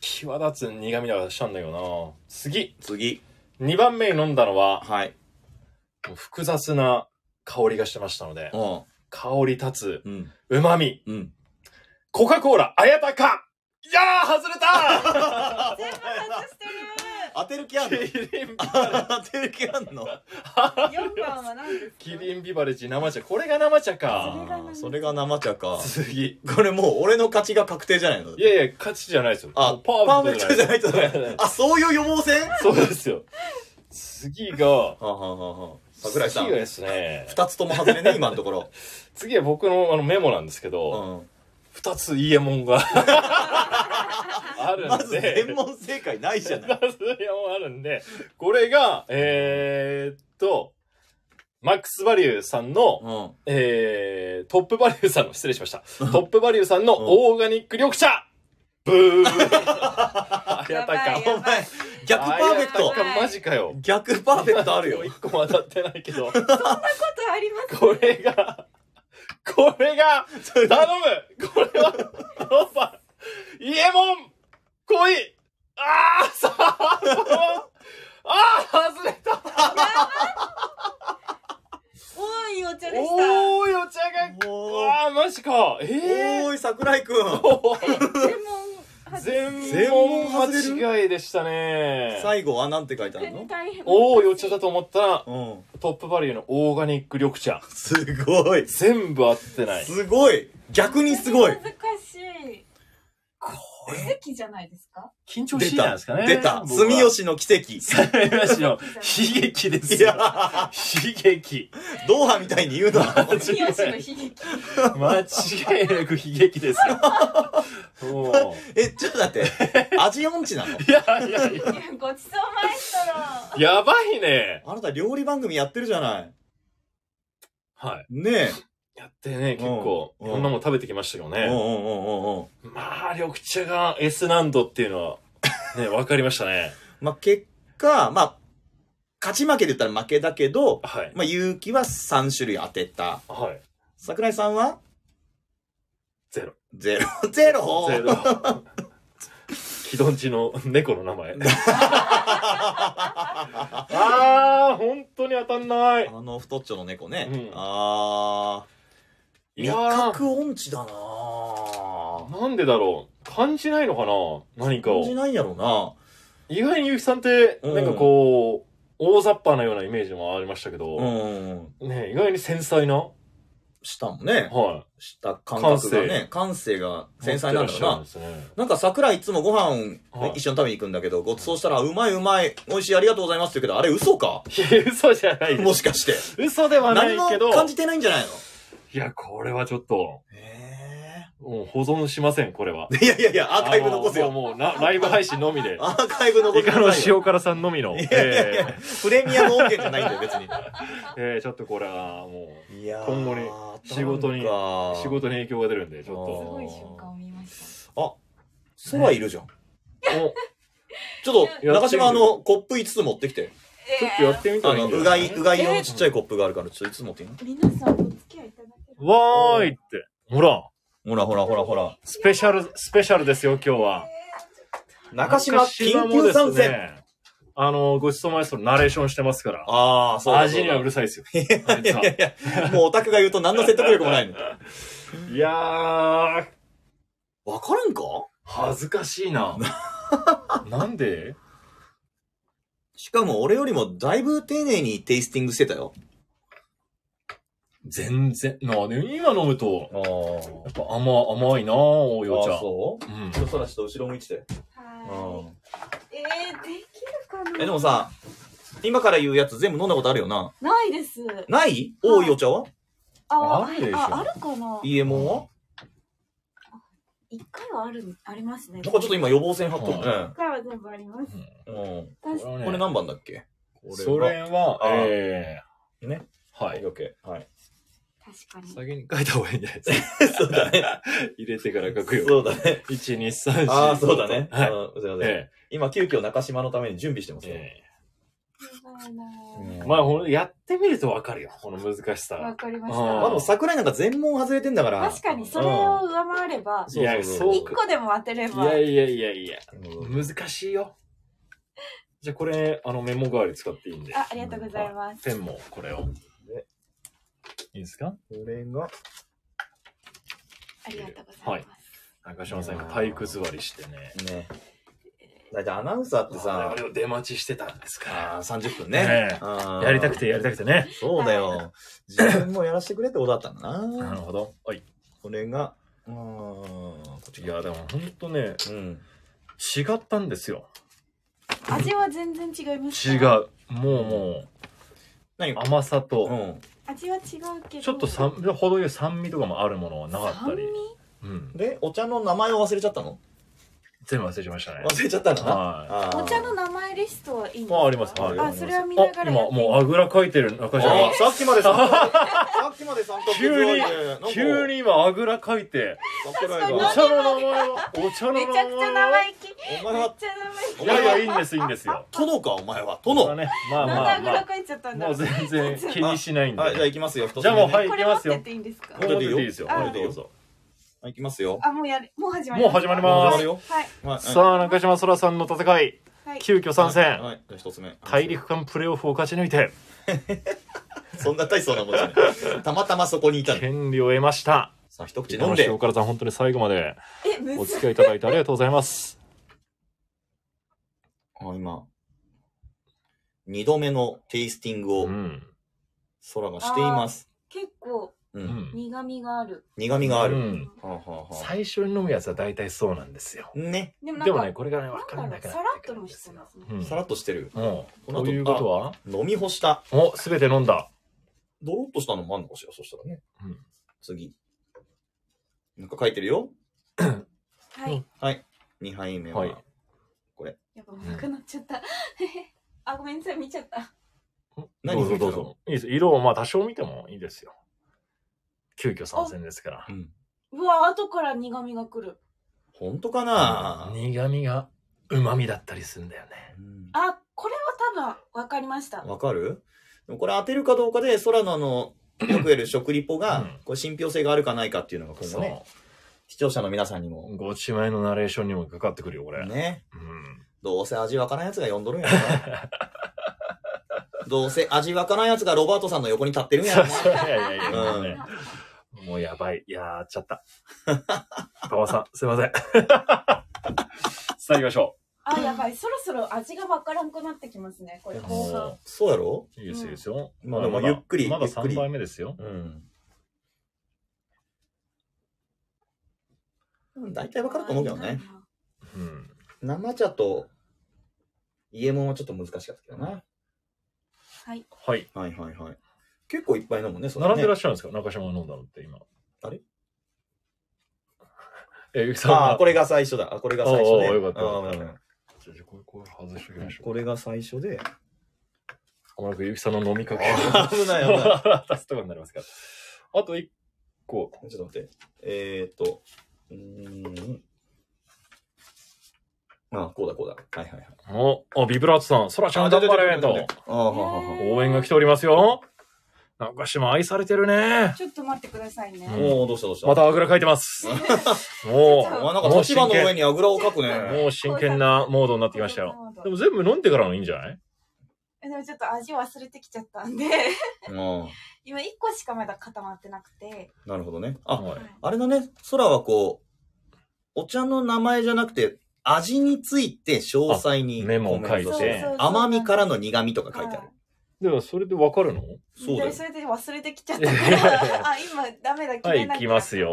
[SPEAKER 4] 際立つ苦味がしたんだけどな次。
[SPEAKER 3] 次。
[SPEAKER 4] 2番目に飲んだのは、
[SPEAKER 3] はい。
[SPEAKER 4] もう複雑な香りがしてましたので
[SPEAKER 3] う、ん。
[SPEAKER 4] 香り立つ、
[SPEAKER 3] うん。
[SPEAKER 4] 旨味、
[SPEAKER 3] うん。
[SPEAKER 4] コカ・コーラ、あやたかいやー外れた
[SPEAKER 2] 全部外してる
[SPEAKER 3] 当てる気あんの
[SPEAKER 4] キリン
[SPEAKER 3] 当てる気あんの
[SPEAKER 2] 四番は何ですか
[SPEAKER 4] キリンビバレッジ生茶。これが生茶か。
[SPEAKER 3] あーそれが生茶か。
[SPEAKER 4] 次。
[SPEAKER 3] これもう俺の勝ちが確定じゃないの
[SPEAKER 4] いやいや、勝ちじゃないですよ。
[SPEAKER 3] あ
[SPEAKER 4] もうパーフェクトじゃない
[SPEAKER 3] パーフェクトじゃないとねあ、そういう予防線
[SPEAKER 4] そうですよ。次が、
[SPEAKER 3] はあはあはあはあ桜井さん
[SPEAKER 4] 次は。ですね、
[SPEAKER 3] 二つとも外れね、今のところ。
[SPEAKER 4] 次は僕のあのメモなんですけど、
[SPEAKER 3] う
[SPEAKER 4] 二、ついいえも んがあ
[SPEAKER 3] ん。
[SPEAKER 4] るんで、
[SPEAKER 3] まず全問正解ないじゃない。
[SPEAKER 4] まずいえもんあるんで、これが、えー、っと、マックスバリューさんの、
[SPEAKER 3] うん。
[SPEAKER 4] えー、トップバリューさんの、失礼しました。トップバリューさんのオーガニック緑茶ブ ーあやたか
[SPEAKER 2] やばい。
[SPEAKER 3] お前、逆パーフェク
[SPEAKER 4] あ
[SPEAKER 3] ト
[SPEAKER 4] やた。かマジかよ。
[SPEAKER 3] 逆パーフェクトあるよ。
[SPEAKER 4] 一個も当たってないけど。
[SPEAKER 2] ことあります
[SPEAKER 4] これが、これが、頼むこれは、ロパ、イエモン来いあーさああー外れた
[SPEAKER 2] 多いお茶でした
[SPEAKER 4] おーいお茶
[SPEAKER 3] おー
[SPEAKER 4] が、あーマジかえー
[SPEAKER 3] おーい、桜井くん。
[SPEAKER 2] 全問
[SPEAKER 4] 全問間違いでしたね。
[SPEAKER 3] 最後はなんて書いてあるの
[SPEAKER 5] 絶対変
[SPEAKER 4] おーいお茶だと思ったら、
[SPEAKER 3] うん。
[SPEAKER 4] トップバリューのオーガニック緑茶。
[SPEAKER 3] すごい。
[SPEAKER 4] 全部合ってない。
[SPEAKER 3] すごい。逆にすごい
[SPEAKER 5] 難。しい。奇跡じゃないです か
[SPEAKER 4] 緊張し
[SPEAKER 3] 出
[SPEAKER 4] いじゃない
[SPEAKER 3] た
[SPEAKER 4] ですかね。。
[SPEAKER 3] 出た。
[SPEAKER 4] 僕は
[SPEAKER 3] 住吉の奇跡。
[SPEAKER 4] 住吉の 悲劇です
[SPEAKER 3] い
[SPEAKER 4] よ。
[SPEAKER 3] や、
[SPEAKER 4] 悲劇。
[SPEAKER 3] ドーハみたいに言うな。
[SPEAKER 5] 三好の悲劇。
[SPEAKER 4] 間違いなく悲劇ですよ。も
[SPEAKER 3] え、ちょっと待って。味音痴なの
[SPEAKER 4] う。いやいやいや。
[SPEAKER 5] いやごちそうマイストロ。
[SPEAKER 4] やばいね。
[SPEAKER 3] あなた料理番組やってるじゃない。
[SPEAKER 4] はい。
[SPEAKER 3] ね
[SPEAKER 4] やってね、結構、
[SPEAKER 3] うん
[SPEAKER 4] いろんなもの食べてきましたけど
[SPEAKER 3] え。うんうん
[SPEAKER 4] ね。
[SPEAKER 3] うんうんうん。
[SPEAKER 4] まあ、緑茶が S 難度っていうのは、 ね、わかりましたね。
[SPEAKER 3] まあ、結果、まあ、勝ち負けで言ったら負けだけど、
[SPEAKER 4] はい。
[SPEAKER 3] まあ、結城は3種類当てた。
[SPEAKER 4] はい。
[SPEAKER 3] 桜井さんは
[SPEAKER 4] ゼロ。
[SPEAKER 3] ゼロ。ゼロ
[SPEAKER 4] ゼロ。気どんちの猫の名 前。ああ、本当に当たんない。
[SPEAKER 3] あの太っちょの猫ね。
[SPEAKER 4] うん
[SPEAKER 3] あー。味
[SPEAKER 4] いや
[SPEAKER 3] 覚音痴だな
[SPEAKER 4] ーなんでだろう。感じないのかな何か
[SPEAKER 3] 感じ
[SPEAKER 4] を。
[SPEAKER 3] ないんやろうな。
[SPEAKER 4] 意外にゆきさんって、
[SPEAKER 3] うん
[SPEAKER 4] なんかこう、大雑把なようなイメージもありましたけ
[SPEAKER 3] う
[SPEAKER 4] ど、
[SPEAKER 3] ん。
[SPEAKER 4] ね意外に繊細な、
[SPEAKER 3] したもんね。
[SPEAKER 4] は
[SPEAKER 3] した感覚がね。感性が
[SPEAKER 4] い。
[SPEAKER 3] 繊細なんだろうな
[SPEAKER 4] 持っ。てらっしゃるんですね。
[SPEAKER 3] なんか桜いつもご飯、
[SPEAKER 4] はい
[SPEAKER 3] 一緒に食べに行くんだけど、ごちそうしたら、うまいうまい、美味しい、ありがとうございますって言うけど、あれ嘘か
[SPEAKER 4] いや、嘘じゃないで
[SPEAKER 3] も
[SPEAKER 4] す。
[SPEAKER 3] しか して。
[SPEAKER 4] 嘘ではな
[SPEAKER 3] 何
[SPEAKER 4] いけ
[SPEAKER 3] も
[SPEAKER 4] ど、
[SPEAKER 3] 感じてないんじゃないの
[SPEAKER 4] いや、これはちょっと、
[SPEAKER 3] え
[SPEAKER 4] もう保存しません、こ れは。
[SPEAKER 3] え。いやいやいや、アーカイブ残す
[SPEAKER 4] あの
[SPEAKER 3] よ。
[SPEAKER 4] もうもうなライブ配信のみで。
[SPEAKER 3] アーカイブ 残
[SPEAKER 4] イ
[SPEAKER 3] す
[SPEAKER 4] カの
[SPEAKER 3] よ。
[SPEAKER 4] 塩辛さんのみ の。
[SPEAKER 3] いやいやいや
[SPEAKER 4] え、
[SPEAKER 3] プレミアム OK じゃないんだよ、別 に。
[SPEAKER 4] ーえーちょっとこれはも
[SPEAKER 3] いやー
[SPEAKER 4] 今後に仕事にう、仕。
[SPEAKER 3] なんか
[SPEAKER 4] 事に影響が出るんで、ち
[SPEAKER 5] す
[SPEAKER 4] ょ
[SPEAKER 5] ごい瞬間を見ました。
[SPEAKER 3] 空いるじゃん。
[SPEAKER 4] っと。お
[SPEAKER 3] ちょっと、中島、あの、コップ5つ持ってきて。
[SPEAKER 4] ちょっとやってみた
[SPEAKER 3] あ
[SPEAKER 4] らい
[SPEAKER 3] の、
[SPEAKER 4] いんじゃ
[SPEAKER 3] う
[SPEAKER 4] な
[SPEAKER 3] が
[SPEAKER 4] い
[SPEAKER 3] い、うがい用のちっちゃいコップがあるから、ちょっと5つ持っていいの
[SPEAKER 5] 皆さんお付き合いいただける
[SPEAKER 4] わーいって。ほら、
[SPEAKER 3] ほらほらほらほら。
[SPEAKER 4] スペシャル、スペシャルですよ、今日は。
[SPEAKER 3] 中島、緊
[SPEAKER 4] も
[SPEAKER 3] 急
[SPEAKER 4] です
[SPEAKER 3] 参戦。
[SPEAKER 4] ね。あの、ごちそうマイストのナレーションしてますから。
[SPEAKER 3] ああ、そうだそうだ
[SPEAKER 4] 味にはうるさいですよ。あい
[SPEAKER 3] い
[SPEAKER 4] つ
[SPEAKER 3] や
[SPEAKER 4] はい
[SPEAKER 3] やいや、もうオタクが言うと何の説得力もないの。
[SPEAKER 4] いやー、
[SPEAKER 3] わからんか
[SPEAKER 4] 恥ずかし いな。なんで
[SPEAKER 3] しかも俺よりもだいぶ丁寧にテイスティングしてたよ。
[SPEAKER 4] 全然。なあ、でも今飲むと、
[SPEAKER 3] ああ。
[SPEAKER 4] やっぱ甘、甘いなあ、およちゃ。
[SPEAKER 3] そう
[SPEAKER 4] うん
[SPEAKER 3] ちょっとそらして後ろ向いてて。
[SPEAKER 5] はーい。えー、できるかな
[SPEAKER 3] え、でもさ、今から言うやつ全部飲んだことあるよな。
[SPEAKER 5] ないです。
[SPEAKER 3] ない多いお茶は
[SPEAKER 5] あ
[SPEAKER 4] あるでしょ
[SPEAKER 5] あ、あるかな
[SPEAKER 3] ?EM はい
[SPEAKER 5] 一回はある、あります
[SPEAKER 3] な
[SPEAKER 5] ね。
[SPEAKER 3] んかちょっと今予防線張っとる
[SPEAKER 5] 一回は全部あります。
[SPEAKER 3] ね。うん。
[SPEAKER 5] 確か
[SPEAKER 3] これ何番だっけ
[SPEAKER 4] それは、
[SPEAKER 3] あー
[SPEAKER 4] ええ
[SPEAKER 3] ね。
[SPEAKER 4] は
[SPEAKER 3] はい。
[SPEAKER 4] い。
[SPEAKER 3] オッケーはい。
[SPEAKER 5] 確かに。
[SPEAKER 2] 先に書いた方がいいんじゃない ですか。
[SPEAKER 3] そうだね。
[SPEAKER 4] 入れてから書くよ。
[SPEAKER 3] そうだ ね。
[SPEAKER 4] 1、2、3、4。
[SPEAKER 3] ああ、そうだね。
[SPEAKER 4] はい。
[SPEAKER 3] うんすいません。
[SPEAKER 4] え
[SPEAKER 3] 今、急遽中島のために準備してます
[SPEAKER 4] え
[SPEAKER 3] よ。
[SPEAKER 4] え
[SPEAKER 5] そうだな
[SPEAKER 4] え
[SPEAKER 3] うん
[SPEAKER 4] まあ、ほんやってみるとわかるよ。この難し
[SPEAKER 5] ぁわ
[SPEAKER 4] さ。
[SPEAKER 5] かりまし
[SPEAKER 4] あ
[SPEAKER 3] まあで
[SPEAKER 5] た。
[SPEAKER 3] も桜井なんか全問外れてんだから。
[SPEAKER 5] 確かに、それを上回れば、
[SPEAKER 4] いや、
[SPEAKER 3] そう
[SPEAKER 4] そう
[SPEAKER 5] 一
[SPEAKER 4] か。
[SPEAKER 5] 個でも当てれ
[SPEAKER 4] い
[SPEAKER 5] ば
[SPEAKER 4] や、いやいやいや。
[SPEAKER 3] うん
[SPEAKER 4] 難しいよ。じゃあ、これ、あの、メモ代わり使っていいんで。
[SPEAKER 5] あ、ありがとうございます。
[SPEAKER 4] ペンも、これを。いいですか
[SPEAKER 3] これが、
[SPEAKER 5] ありがとうございます。
[SPEAKER 4] 中島さん、今体育座りしてね。
[SPEAKER 3] ね。だいたいアナウンサーって
[SPEAKER 4] あ
[SPEAKER 3] さ
[SPEAKER 4] れ、を出待ちしてたんですから。
[SPEAKER 3] あー30分
[SPEAKER 4] ね
[SPEAKER 3] ね
[SPEAKER 4] え。
[SPEAKER 3] あー
[SPEAKER 4] やりたく。てやりたくてね。
[SPEAKER 3] そうだよ。自分もやらせてくれってことだったんだ
[SPEAKER 4] なる
[SPEAKER 3] な。
[SPEAKER 4] ほど。はい。
[SPEAKER 3] これが、うーん、こっち
[SPEAKER 4] いや、でもほんとね、
[SPEAKER 3] うん。
[SPEAKER 4] 違ったんですよ。
[SPEAKER 5] 味は全然違いますか
[SPEAKER 4] 違う。もうも
[SPEAKER 3] 何
[SPEAKER 4] う、甘さ
[SPEAKER 3] う
[SPEAKER 4] と、
[SPEAKER 3] ん。
[SPEAKER 5] 味は違うけど。
[SPEAKER 4] ちょっと酸、程よい酸味とかもあるものはなかった
[SPEAKER 5] 酸味
[SPEAKER 4] り。うん。
[SPEAKER 3] で、お茶の名前を忘れちゃったの
[SPEAKER 4] 全部忘れちゃいましたね。
[SPEAKER 3] 忘れちゃったんだな。
[SPEAKER 4] は
[SPEAKER 3] あー
[SPEAKER 5] お茶の名前リストはいいんですか
[SPEAKER 4] あありますはい。
[SPEAKER 5] あ、それはい見な
[SPEAKER 4] あ
[SPEAKER 5] が、ら
[SPEAKER 4] 今、
[SPEAKER 5] やっていい。
[SPEAKER 4] もうあぐらかいてる中島
[SPEAKER 3] あ
[SPEAKER 4] が
[SPEAKER 3] ー。さっきまで三角さっきまで三角
[SPEAKER 4] 急に急
[SPEAKER 3] に
[SPEAKER 4] に今、あぐらかいて、
[SPEAKER 3] 桜井
[SPEAKER 4] お
[SPEAKER 3] が
[SPEAKER 5] 確
[SPEAKER 4] 茶の名前を、お茶の
[SPEAKER 5] め
[SPEAKER 4] 名
[SPEAKER 5] ちゃくちゃ
[SPEAKER 4] 前
[SPEAKER 5] 生
[SPEAKER 4] を。
[SPEAKER 5] 意気。めっ
[SPEAKER 3] お前は
[SPEAKER 5] ちゃ生意
[SPEAKER 4] い
[SPEAKER 5] 気。
[SPEAKER 4] やいや、いいんです、いいん ですよ。
[SPEAKER 3] 殿かお前は
[SPEAKER 4] まあ
[SPEAKER 3] 殿
[SPEAKER 4] ね、まあ
[SPEAKER 5] なんで
[SPEAKER 4] ま
[SPEAKER 5] あ
[SPEAKER 4] あま
[SPEAKER 5] ぐらかいちゃった
[SPEAKER 4] あ。
[SPEAKER 5] んだ
[SPEAKER 4] も
[SPEAKER 5] ろ
[SPEAKER 4] う全然気にしないんで。
[SPEAKER 3] はいじゃあ行きますよ一つ目ね
[SPEAKER 4] じゃあもうはい
[SPEAKER 5] これ持ってっていいんです
[SPEAKER 4] も
[SPEAKER 5] か
[SPEAKER 4] うちょっといいですよ。
[SPEAKER 5] あ
[SPEAKER 4] はいどうぞ。
[SPEAKER 3] はい行きますよ
[SPEAKER 5] あ、もうやる。もう始まり
[SPEAKER 4] もう始まります
[SPEAKER 5] はいはい。
[SPEAKER 3] はい
[SPEAKER 4] さあ、中島そらさんの戦い、
[SPEAKER 5] はい。
[SPEAKER 4] 急遽参
[SPEAKER 3] はい
[SPEAKER 4] 戦。
[SPEAKER 3] はいじゃあ一つ目
[SPEAKER 4] 大陸間プレーオフを勝ち抜いて、
[SPEAKER 3] そんな大層なもんじゃないたまたまそこにいたの
[SPEAKER 4] 権利を得ました。
[SPEAKER 3] さあ一口飲
[SPEAKER 4] 今
[SPEAKER 3] ん
[SPEAKER 4] の
[SPEAKER 3] で
[SPEAKER 4] 塩辛さん、本当に最後 まで
[SPEAKER 5] え、む
[SPEAKER 4] お
[SPEAKER 5] ず
[SPEAKER 4] 付き合いいただいてありがとうございます。
[SPEAKER 3] あ今二度目のテイスティングを
[SPEAKER 4] うん。
[SPEAKER 3] 空がしています
[SPEAKER 5] 結構
[SPEAKER 3] う
[SPEAKER 4] うんん。
[SPEAKER 5] 苦味がある。
[SPEAKER 3] 苦味があ
[SPEAKER 4] う
[SPEAKER 3] る
[SPEAKER 4] ん
[SPEAKER 3] はあはあは
[SPEAKER 4] 最初に飲むやつは大体そうなんですよ
[SPEAKER 3] あ。ね
[SPEAKER 5] でもなん
[SPEAKER 4] でも
[SPEAKER 5] か、
[SPEAKER 4] ね、これがね、
[SPEAKER 5] なん
[SPEAKER 4] 分
[SPEAKER 5] だ
[SPEAKER 4] か
[SPEAKER 5] ろ
[SPEAKER 4] ん
[SPEAKER 5] う
[SPEAKER 4] なくなって
[SPEAKER 5] さらっ
[SPEAKER 4] く
[SPEAKER 5] と
[SPEAKER 4] るん
[SPEAKER 5] も
[SPEAKER 4] で
[SPEAKER 5] し
[SPEAKER 4] す
[SPEAKER 5] て
[SPEAKER 4] よ
[SPEAKER 5] ますね。
[SPEAKER 4] うん
[SPEAKER 3] さらっとしてる
[SPEAKER 4] もう、
[SPEAKER 3] この後
[SPEAKER 4] ということは
[SPEAKER 3] 飲み干した
[SPEAKER 4] お、すべて飲んだ。
[SPEAKER 3] ドロッとしたのもあんのかしらそしたらね
[SPEAKER 4] うん
[SPEAKER 3] 次なんか書いてるよ
[SPEAKER 5] はい。
[SPEAKER 3] 二杯目
[SPEAKER 4] はい
[SPEAKER 3] は
[SPEAKER 5] やっぱお腹なっちゃ った。あ、ごめんなさい、見ちゃった。
[SPEAKER 3] 何
[SPEAKER 4] どうぞどうぞ。いいです。色をまあ多少見てもいいですよ。急遽参戦ですから。
[SPEAKER 3] うん
[SPEAKER 5] うわ、後から苦味が来る。
[SPEAKER 3] 本当かな
[SPEAKER 4] 苦味が旨味だったりするんだよね。
[SPEAKER 3] うん
[SPEAKER 5] あ、これは多分わかりました。
[SPEAKER 3] わかるでもこれ当てるかどうかで、空のあの、よくやる食リポ
[SPEAKER 4] う
[SPEAKER 3] が
[SPEAKER 4] ん、
[SPEAKER 3] これ信憑性があるかないかっていうのが今後ね、
[SPEAKER 4] そ
[SPEAKER 3] 視聴者の皆さんにも、
[SPEAKER 4] う。ごち前のナレーションにもかかってくるよ、これ。
[SPEAKER 3] ね、
[SPEAKER 4] うん。
[SPEAKER 3] どうせ味わからんやつが呼んどるんやろ な。どうせ味わからんやつがロバートさんの横に立ってるんや
[SPEAKER 4] そ
[SPEAKER 3] ろ
[SPEAKER 4] う
[SPEAKER 3] な。
[SPEAKER 4] そういやいやいや、も
[SPEAKER 3] う
[SPEAKER 4] うんねもうやばい。やっちゃった。馬場さん、すいませ ん。さあ行きましょ
[SPEAKER 5] あ、やばい。そろそろ味がわからんくなってきますね。これ、後
[SPEAKER 4] も
[SPEAKER 5] 半。
[SPEAKER 4] う
[SPEAKER 3] そうやろ
[SPEAKER 4] う。いいですよ、いいですよ。
[SPEAKER 3] まあでもゆっくり
[SPEAKER 4] まだ
[SPEAKER 3] ゆっく
[SPEAKER 4] 3
[SPEAKER 3] り
[SPEAKER 4] 杯目ですよ。
[SPEAKER 3] うん。うん大体わかると思うけどね。。
[SPEAKER 4] うん。
[SPEAKER 3] 生茶と、家もんはちょっと難しかったけどな。
[SPEAKER 5] はい。
[SPEAKER 4] はい。
[SPEAKER 3] はいはいはい。結構いっぱい飲むね、それね
[SPEAKER 4] 並んでらっしゃるんですか中島が飲んだのって今。
[SPEAKER 3] あれ
[SPEAKER 4] え、ゆきさん
[SPEAKER 3] あ
[SPEAKER 4] が。
[SPEAKER 3] あ、これが最初だ。あ、これが最初
[SPEAKER 4] お
[SPEAKER 3] ね。
[SPEAKER 4] ーおーよかったよか
[SPEAKER 3] あ
[SPEAKER 4] った
[SPEAKER 3] ーうん
[SPEAKER 4] じゃあこれ、これ外しておきましょう。
[SPEAKER 3] これが最初 で。
[SPEAKER 4] おまもなくゆきさんの飲みかけを
[SPEAKER 3] 危ない危な
[SPEAKER 4] 出すとこになりますから。あと一個。
[SPEAKER 3] い。ちょっと待って。えー、っと、うーん。あ、こうだこうだ。はいはいはい。
[SPEAKER 4] お、あ、ビブラートさん、そらちゃん頑張れ
[SPEAKER 3] あじゃあじゃあじゃ
[SPEAKER 4] と
[SPEAKER 3] あ。あーははは
[SPEAKER 4] 応援が来ておりますよ。中島愛されてるね。
[SPEAKER 5] ちょっと待ってくださいね。
[SPEAKER 4] うん
[SPEAKER 3] おー、どうしたどうした
[SPEAKER 4] またあぐらかいて ます。も
[SPEAKER 3] あ、なんか
[SPEAKER 4] う、もう
[SPEAKER 3] 立場
[SPEAKER 4] 真
[SPEAKER 3] の上
[SPEAKER 4] 剣、
[SPEAKER 3] にあぐらをかくね。
[SPEAKER 4] もう真剣なモードになってきましたよ。でも全部飲んでからのいいんじゃない
[SPEAKER 5] えでもちょっと味忘れてきちゃったんで、
[SPEAKER 3] うん。
[SPEAKER 5] 今1個しかまだ固まってなくて、
[SPEAKER 3] なるほどね。あ、
[SPEAKER 4] はい
[SPEAKER 3] あれだね。空はこう、お茶の名前じゃなくて、味について詳細に
[SPEAKER 4] あメモを書いて
[SPEAKER 3] コメントし
[SPEAKER 5] そうそうそう
[SPEAKER 3] 甘みからの苦味とか書いてある。
[SPEAKER 4] では、それでわかるの
[SPEAKER 3] そうだよ
[SPEAKER 5] でそれで忘れてきちゃったか
[SPEAKER 4] いやいやい
[SPEAKER 5] ら、あ、今ダメだ、決
[SPEAKER 4] はい、
[SPEAKER 5] め
[SPEAKER 4] 行
[SPEAKER 5] なき
[SPEAKER 4] き
[SPEAKER 5] ゃ
[SPEAKER 4] ますよ。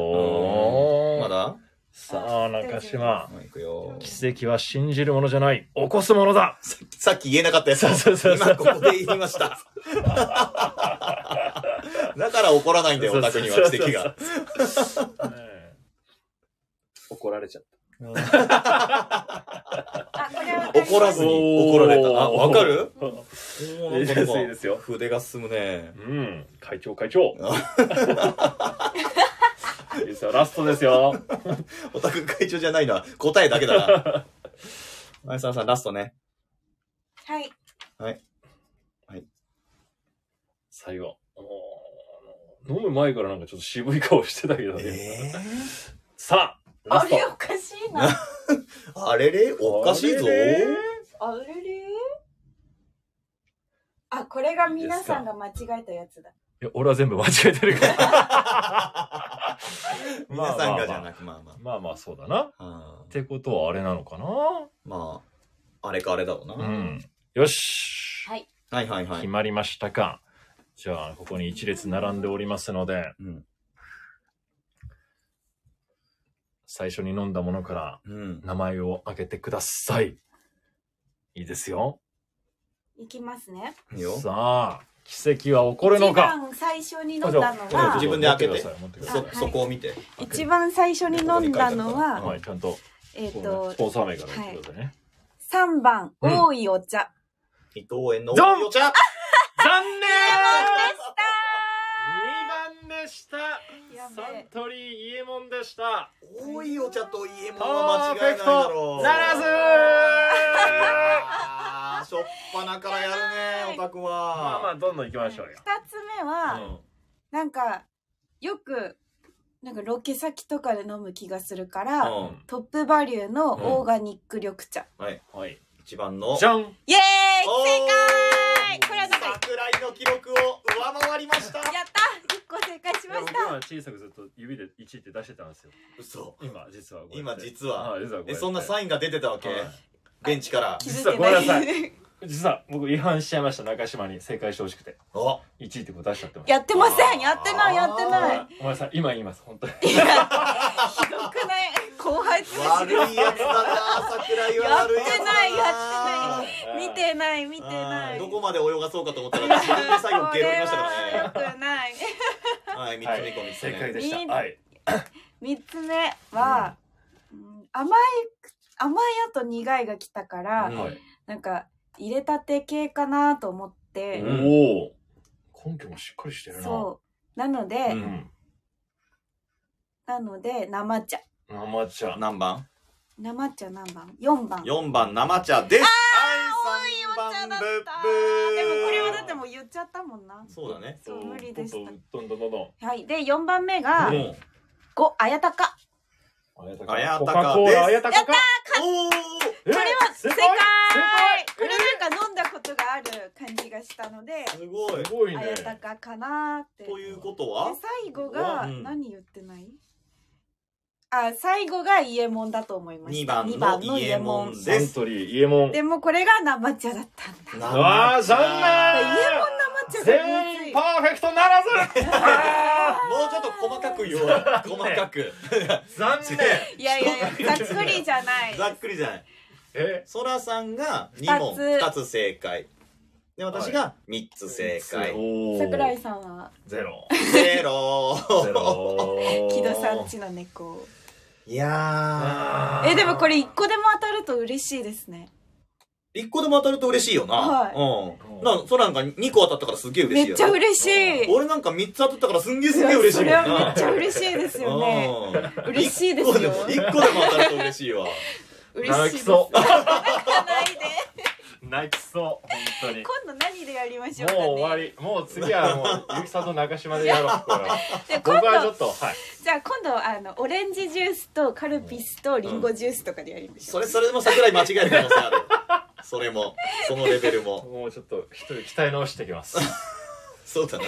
[SPEAKER 3] まだ
[SPEAKER 4] さあ、中島。
[SPEAKER 3] はい、いくよ。
[SPEAKER 4] 奇跡は信じるものじゃない。起こすものだ。
[SPEAKER 3] さっき言えなかったやつ。
[SPEAKER 4] そうそうそうそ
[SPEAKER 3] 今
[SPEAKER 4] う
[SPEAKER 3] ここで言いま した。だから怒らないんだよ、お宅には奇跡が。
[SPEAKER 4] ねえ怒られちゃっ
[SPEAKER 5] あ、これは分かります
[SPEAKER 3] 怒らずに怒られた。あ、わかる
[SPEAKER 4] た。
[SPEAKER 3] お
[SPEAKER 4] いいですいいですよ
[SPEAKER 3] 筆が進むね。
[SPEAKER 4] うん。会長、会 長。いいですよ。ラストですよ。
[SPEAKER 3] オタク会長じゃないのは答えだけだ な。前澤さん、ラストね。
[SPEAKER 5] はい。
[SPEAKER 4] 最後。あの飲む前からなんかちょっと渋い顔してたけどね。さあ、ラ
[SPEAKER 5] あ
[SPEAKER 4] スト
[SPEAKER 5] れ。おかしいな。
[SPEAKER 3] あれれおかしいぞ
[SPEAKER 4] あ。れれ
[SPEAKER 5] あれれあ、これが皆さんが間違えたやつだ。
[SPEAKER 4] いや、俺は全部間違えてるから。
[SPEAKER 3] 皆さんがじゃなく、まあま
[SPEAKER 4] まあまあ、そうだな。っ
[SPEAKER 3] あ。うん
[SPEAKER 4] てことはあれなのかな
[SPEAKER 3] まあ、あれかあれだろうな。
[SPEAKER 4] うん。よし。
[SPEAKER 5] はい。
[SPEAKER 3] はいはいは
[SPEAKER 4] 決
[SPEAKER 3] い。
[SPEAKER 4] まりましたか。じゃあ、ここに一列並んでおりますので、
[SPEAKER 3] うん。
[SPEAKER 4] 最初に飲んだものから
[SPEAKER 3] うん。
[SPEAKER 4] 名前を挙げてください。いいですよ。
[SPEAKER 5] いきますね。
[SPEAKER 3] いいよ。
[SPEAKER 4] さあ、奇跡は起こるの
[SPEAKER 5] 一
[SPEAKER 4] か。
[SPEAKER 5] 番最初に飲んだの
[SPEAKER 3] じゃあ
[SPEAKER 5] は
[SPEAKER 3] 自、分で開けて
[SPEAKER 4] 持ってください。持
[SPEAKER 3] そ
[SPEAKER 4] ってくだ、さ
[SPEAKER 3] そこを見て。
[SPEAKER 4] い
[SPEAKER 5] 一番最初に飲んだの
[SPEAKER 4] い
[SPEAKER 5] は、
[SPEAKER 4] はい、ちゃんと、
[SPEAKER 5] えっ、
[SPEAKER 4] そうね
[SPEAKER 5] と
[SPEAKER 4] ス、ポンサー名から言ってくださいね。
[SPEAKER 5] 3番、
[SPEAKER 4] うん
[SPEAKER 5] 多いお茶。
[SPEAKER 3] 伊藤園の
[SPEAKER 4] ドン
[SPEAKER 3] お茶
[SPEAKER 4] 残念2番でした
[SPEAKER 5] やべ
[SPEAKER 4] サ
[SPEAKER 5] え
[SPEAKER 4] ントリーイエモンでした
[SPEAKER 3] 多いお茶といえも間違
[SPEAKER 4] パー
[SPEAKER 3] い
[SPEAKER 4] フ
[SPEAKER 3] な
[SPEAKER 4] ェ
[SPEAKER 3] い
[SPEAKER 4] ク
[SPEAKER 3] だ
[SPEAKER 4] ト
[SPEAKER 3] ろう。
[SPEAKER 4] ならず
[SPEAKER 3] あーしょっぱなからやるね、オタクは。
[SPEAKER 4] まあまあどんどん行きましょうよ
[SPEAKER 5] 2つ目は、
[SPEAKER 4] うん
[SPEAKER 5] なんか、よく、なんかロケ先とかで飲む気がするから、
[SPEAKER 3] うん
[SPEAKER 5] トップバリューのオーガニック緑茶。
[SPEAKER 4] はい
[SPEAKER 3] 一番の。
[SPEAKER 4] じゃん
[SPEAKER 5] イエーイ
[SPEAKER 3] おー
[SPEAKER 5] 正解これはなんか、
[SPEAKER 3] 桜井の記録を上回りました
[SPEAKER 5] やった一個正解し
[SPEAKER 4] い
[SPEAKER 5] ま
[SPEAKER 4] や
[SPEAKER 5] し
[SPEAKER 4] 僕
[SPEAKER 5] た
[SPEAKER 4] は小さくずっと指で1って出してたんですよ
[SPEAKER 3] 嘘
[SPEAKER 4] 今実はこうやって
[SPEAKER 3] 今実は
[SPEAKER 4] い実
[SPEAKER 3] え
[SPEAKER 4] はこうやって
[SPEAKER 3] そんなサインが出てたわけ、
[SPEAKER 4] はい
[SPEAKER 3] ベンチから
[SPEAKER 5] 気づいてない
[SPEAKER 4] 実はごめんな実は僕違反しちゃいました中島に正解してほしくて
[SPEAKER 3] あ
[SPEAKER 4] 1ってこう出しちゃってました
[SPEAKER 5] やってませんやってないやってない
[SPEAKER 3] あ
[SPEAKER 4] お前さん今言います本当に
[SPEAKER 5] いやひどくない後輩潰し
[SPEAKER 3] 悪
[SPEAKER 5] で
[SPEAKER 3] いやつだな桜井は悪いやつだ
[SPEAKER 5] やってないやってない見てない見て
[SPEAKER 3] あ
[SPEAKER 5] な
[SPEAKER 3] ー
[SPEAKER 5] い
[SPEAKER 3] どこまで泳がそうかと思ったら自分で最後ゲロりましたからね
[SPEAKER 5] これは良くない
[SPEAKER 3] はい三つ目以降三つ目
[SPEAKER 4] 正解で
[SPEAKER 5] い
[SPEAKER 4] し
[SPEAKER 5] い
[SPEAKER 4] たはい
[SPEAKER 5] 三つ目は、うん甘い甘いあと苦いが来たから、
[SPEAKER 3] うん
[SPEAKER 4] はい
[SPEAKER 5] なんか入れたて系かなと思って、
[SPEAKER 3] うん
[SPEAKER 4] おお根拠もしっかりしてるな
[SPEAKER 5] そうなので、
[SPEAKER 3] う
[SPEAKER 4] うん
[SPEAKER 5] なので生茶
[SPEAKER 4] 生茶
[SPEAKER 3] 何番
[SPEAKER 5] 生茶何番四番
[SPEAKER 3] 四番生茶ですはい
[SPEAKER 5] 茶
[SPEAKER 3] 三番
[SPEAKER 5] だっ
[SPEAKER 3] ブッ
[SPEAKER 5] た
[SPEAKER 3] ブー
[SPEAKER 5] でもこれはだってもう言っちゃったもんな
[SPEAKER 3] そうだね
[SPEAKER 5] そう無理でした
[SPEAKER 4] どんどんどんどんどん
[SPEAKER 5] はいで四番目が
[SPEAKER 3] うん
[SPEAKER 5] 五綾鷹
[SPEAKER 4] あやた
[SPEAKER 3] あや
[SPEAKER 4] コ
[SPEAKER 3] た
[SPEAKER 4] カ・
[SPEAKER 3] かで
[SPEAKER 4] コー
[SPEAKER 3] す
[SPEAKER 4] ラあやたかか
[SPEAKER 3] おー
[SPEAKER 4] これは
[SPEAKER 5] 正
[SPEAKER 4] 正
[SPEAKER 5] 解これなんか飲んだことがある感じがしたので、
[SPEAKER 3] すごい
[SPEAKER 4] すごい
[SPEAKER 5] あ
[SPEAKER 4] ね
[SPEAKER 5] やたかかなーって。で
[SPEAKER 3] ということは
[SPEAKER 5] 最後が、
[SPEAKER 3] うん
[SPEAKER 5] 何言ってないあ、最後が伊右衛門だと思いまし
[SPEAKER 3] 二
[SPEAKER 5] た。
[SPEAKER 3] 番
[SPEAKER 5] 二
[SPEAKER 3] の伊右衛門
[SPEAKER 5] 伊右衛
[SPEAKER 4] サントリーイエモン
[SPEAKER 5] でもこれが生茶だったんだ。
[SPEAKER 3] う
[SPEAKER 4] わあ残
[SPEAKER 5] 生茶
[SPEAKER 4] 念
[SPEAKER 5] がむず
[SPEAKER 4] 全
[SPEAKER 5] い
[SPEAKER 4] 員パーフェクトならずあ
[SPEAKER 3] もうちょっと細かく言おう。細かく。
[SPEAKER 4] ー残念
[SPEAKER 5] いやいやいや、ざっくりじゃない。
[SPEAKER 3] ざっくりじゃない。
[SPEAKER 4] え
[SPEAKER 3] ソラさんが2問、
[SPEAKER 5] 二つ
[SPEAKER 3] 2つ正解。で、私が3つ正解。
[SPEAKER 4] おー
[SPEAKER 5] 桜井さんは、
[SPEAKER 4] ゼロ
[SPEAKER 3] ゼロ
[SPEAKER 4] ゼロ
[SPEAKER 5] 木戸さんちの猫。
[SPEAKER 3] いや
[SPEAKER 5] え、でもこれ一個でも当たると嬉しいですね。
[SPEAKER 3] ー。1個でも当たると嬉しいよな。
[SPEAKER 5] は
[SPEAKER 3] うん。な、ソラなんか2個当たったからすげえ嬉
[SPEAKER 5] め
[SPEAKER 3] しい
[SPEAKER 5] っ
[SPEAKER 3] よ
[SPEAKER 5] ちゃ
[SPEAKER 3] な。
[SPEAKER 5] 嬉しい。
[SPEAKER 3] 俺なんか3つ当たったからすんげえすんげえ嬉しいも
[SPEAKER 5] そ
[SPEAKER 3] ん
[SPEAKER 5] れ
[SPEAKER 3] な。
[SPEAKER 5] はめっちゃ嬉しいですよね。
[SPEAKER 3] うん
[SPEAKER 5] 嬉しいです
[SPEAKER 3] 一
[SPEAKER 5] よ
[SPEAKER 3] 個でも一個でも当たると嬉しいわ。
[SPEAKER 5] 嬉しい
[SPEAKER 4] 泣
[SPEAKER 5] で
[SPEAKER 4] き
[SPEAKER 5] す。
[SPEAKER 4] そう
[SPEAKER 5] 泣かないで。
[SPEAKER 4] 泣きそう本当に
[SPEAKER 5] 今度何でやりましょうかね。
[SPEAKER 4] もう終わり。もう次はもう、ゆきさんと中島でやろう。これは
[SPEAKER 5] で 今
[SPEAKER 4] 僕はちょ
[SPEAKER 5] 度
[SPEAKER 4] っと、はい。
[SPEAKER 5] じゃあ今度あのオレンジジュースとカルピスとリンゴジュースとかでやりましょ
[SPEAKER 3] それ、それも桜井間違える可能性ある。それも、そのレベルも。
[SPEAKER 4] もうちょっと、一人鍛え直して きます。は
[SPEAKER 3] そうだな。
[SPEAKER 4] い。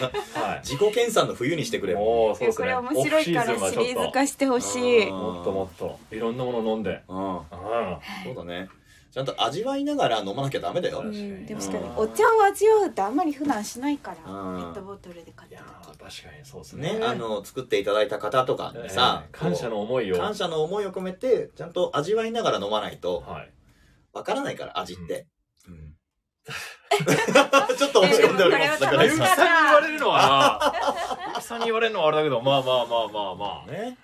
[SPEAKER 3] 自己研鑽の冬にしてくれも
[SPEAKER 4] もう、
[SPEAKER 5] う。
[SPEAKER 4] そうです
[SPEAKER 5] こ
[SPEAKER 4] ね。
[SPEAKER 5] れ面白いか
[SPEAKER 4] オフシー
[SPEAKER 5] らシ
[SPEAKER 4] ズ
[SPEAKER 5] リ
[SPEAKER 4] ンは
[SPEAKER 5] ーズ
[SPEAKER 4] ちょっ
[SPEAKER 5] 化してほしい。
[SPEAKER 4] ともっともっと、いろんなもの飲んで。
[SPEAKER 3] う。うん。
[SPEAKER 4] うん。
[SPEAKER 3] そうだね。ちゃんと味わいながら飲まなきゃダメだよ。
[SPEAKER 5] う、
[SPEAKER 4] うんん
[SPEAKER 5] でも確かにお茶を味わうってあんまり普段しないからペ
[SPEAKER 3] うん
[SPEAKER 5] ットボトルで買っ
[SPEAKER 4] い
[SPEAKER 5] た
[SPEAKER 4] やー
[SPEAKER 5] 時
[SPEAKER 4] 確かにそうですね
[SPEAKER 3] ね、。あの、作っていただいた方とか
[SPEAKER 4] えー
[SPEAKER 3] にさ、
[SPEAKER 4] 感謝
[SPEAKER 3] こ
[SPEAKER 4] の思いうを。
[SPEAKER 3] 感謝の思いを込めて、ちゃんと味わいながら飲まないと、
[SPEAKER 4] はい。
[SPEAKER 3] わからないから、味って。うん。 ちょっと落ち込んでおります、
[SPEAKER 5] でもこ
[SPEAKER 3] 桜
[SPEAKER 5] れは楽
[SPEAKER 3] 井
[SPEAKER 5] し
[SPEAKER 4] ゆき
[SPEAKER 5] か
[SPEAKER 3] さ
[SPEAKER 5] っ
[SPEAKER 4] さんに言われるのはな、ゆきさんに言われるのはあれだけど、まあまあまあまあま
[SPEAKER 3] ん。ね。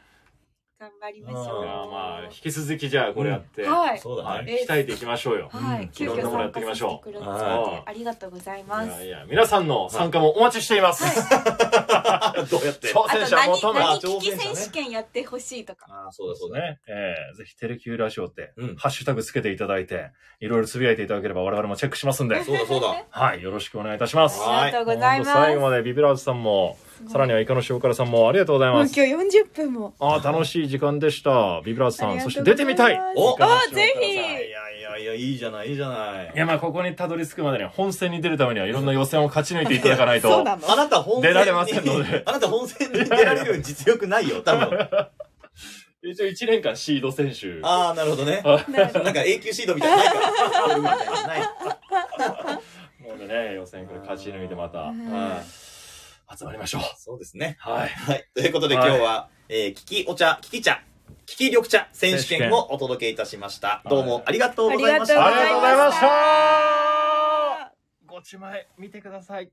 [SPEAKER 5] 頑張りましょ
[SPEAKER 3] う
[SPEAKER 5] う。
[SPEAKER 3] ん
[SPEAKER 4] やまあ、引き続きじゃあこれやって、
[SPEAKER 5] はい。
[SPEAKER 3] そうだ
[SPEAKER 4] はい
[SPEAKER 3] ね。
[SPEAKER 5] え
[SPEAKER 4] 鍛えていきましょうよ。
[SPEAKER 5] は
[SPEAKER 3] う
[SPEAKER 5] い
[SPEAKER 3] ん、
[SPEAKER 5] 急
[SPEAKER 4] いろんな
[SPEAKER 5] 遽
[SPEAKER 4] ものやっ
[SPEAKER 5] 参
[SPEAKER 4] てい
[SPEAKER 5] 加
[SPEAKER 4] き
[SPEAKER 5] さ
[SPEAKER 4] まし
[SPEAKER 5] せ
[SPEAKER 4] ょ
[SPEAKER 5] て
[SPEAKER 4] う
[SPEAKER 5] くだ
[SPEAKER 4] は
[SPEAKER 5] さ
[SPEAKER 4] い
[SPEAKER 5] ってありがとうござい
[SPEAKER 4] い
[SPEAKER 5] ま
[SPEAKER 4] や
[SPEAKER 5] す。
[SPEAKER 4] いや、皆さんの参加もお待ちしています。
[SPEAKER 3] どうやって
[SPEAKER 4] 挑
[SPEAKER 5] あと
[SPEAKER 4] 戦者
[SPEAKER 5] 何
[SPEAKER 4] 求め。
[SPEAKER 5] 何
[SPEAKER 3] 挑
[SPEAKER 5] 聞
[SPEAKER 3] 戦
[SPEAKER 5] き
[SPEAKER 3] 者ね
[SPEAKER 5] 選手権やってほしいとか。
[SPEAKER 3] ああ、そうだ
[SPEAKER 4] そ
[SPEAKER 3] そうう
[SPEAKER 4] で
[SPEAKER 3] だ。
[SPEAKER 4] すね。ええぜひテレキューラジオって、
[SPEAKER 3] うん
[SPEAKER 4] ハッシュタグつけていただいて、いろいろつぶやいていただければ我々もチェックしますんで、
[SPEAKER 3] そうだそうだ。
[SPEAKER 4] はい、よろしくお願いいたします。
[SPEAKER 3] はい
[SPEAKER 5] ありがとうございます。
[SPEAKER 4] ほんと最後までビブラーズさんも、さらにはイカの塩辛さんもありがとうござい
[SPEAKER 5] もう
[SPEAKER 4] ま
[SPEAKER 5] 今
[SPEAKER 4] す。
[SPEAKER 5] 日40分も。
[SPEAKER 4] ああ、楽しい時間でした。ビブラーズさ
[SPEAKER 5] あり
[SPEAKER 4] ん、
[SPEAKER 5] がと
[SPEAKER 4] そうして出てみたい。
[SPEAKER 5] ございます
[SPEAKER 4] お
[SPEAKER 5] おぜ
[SPEAKER 3] い
[SPEAKER 5] ひ。
[SPEAKER 3] やいやいや、いいじゃない、いいじゃない
[SPEAKER 4] い。や、まあ、ここにたどり着くまでには本戦に出るためにはいろんな予選を勝ち抜いていただかないと。
[SPEAKER 5] そうなの
[SPEAKER 3] あなた本戦に
[SPEAKER 4] 出られませんの で
[SPEAKER 3] あなた本戦に出られる実力ないよ、多 分。
[SPEAKER 4] 一応1年間シード選手。
[SPEAKER 3] ああ、なるほどね。
[SPEAKER 4] は
[SPEAKER 3] なんか永久シードみたいな のないから。ない。
[SPEAKER 4] もうね、予選から勝ち抜いてまた、
[SPEAKER 5] う ん
[SPEAKER 4] はい集まりましょう。
[SPEAKER 3] そうですね。
[SPEAKER 4] はい。
[SPEAKER 3] はい。ということで今日は、えー、聞きお茶、聞き茶、聞き緑茶選手権をお届けいたしました。
[SPEAKER 4] い
[SPEAKER 3] どうもありがとうございまし
[SPEAKER 5] あ
[SPEAKER 3] た。
[SPEAKER 5] りがとうございました
[SPEAKER 4] ありがとうございましたごちまえ、見てください。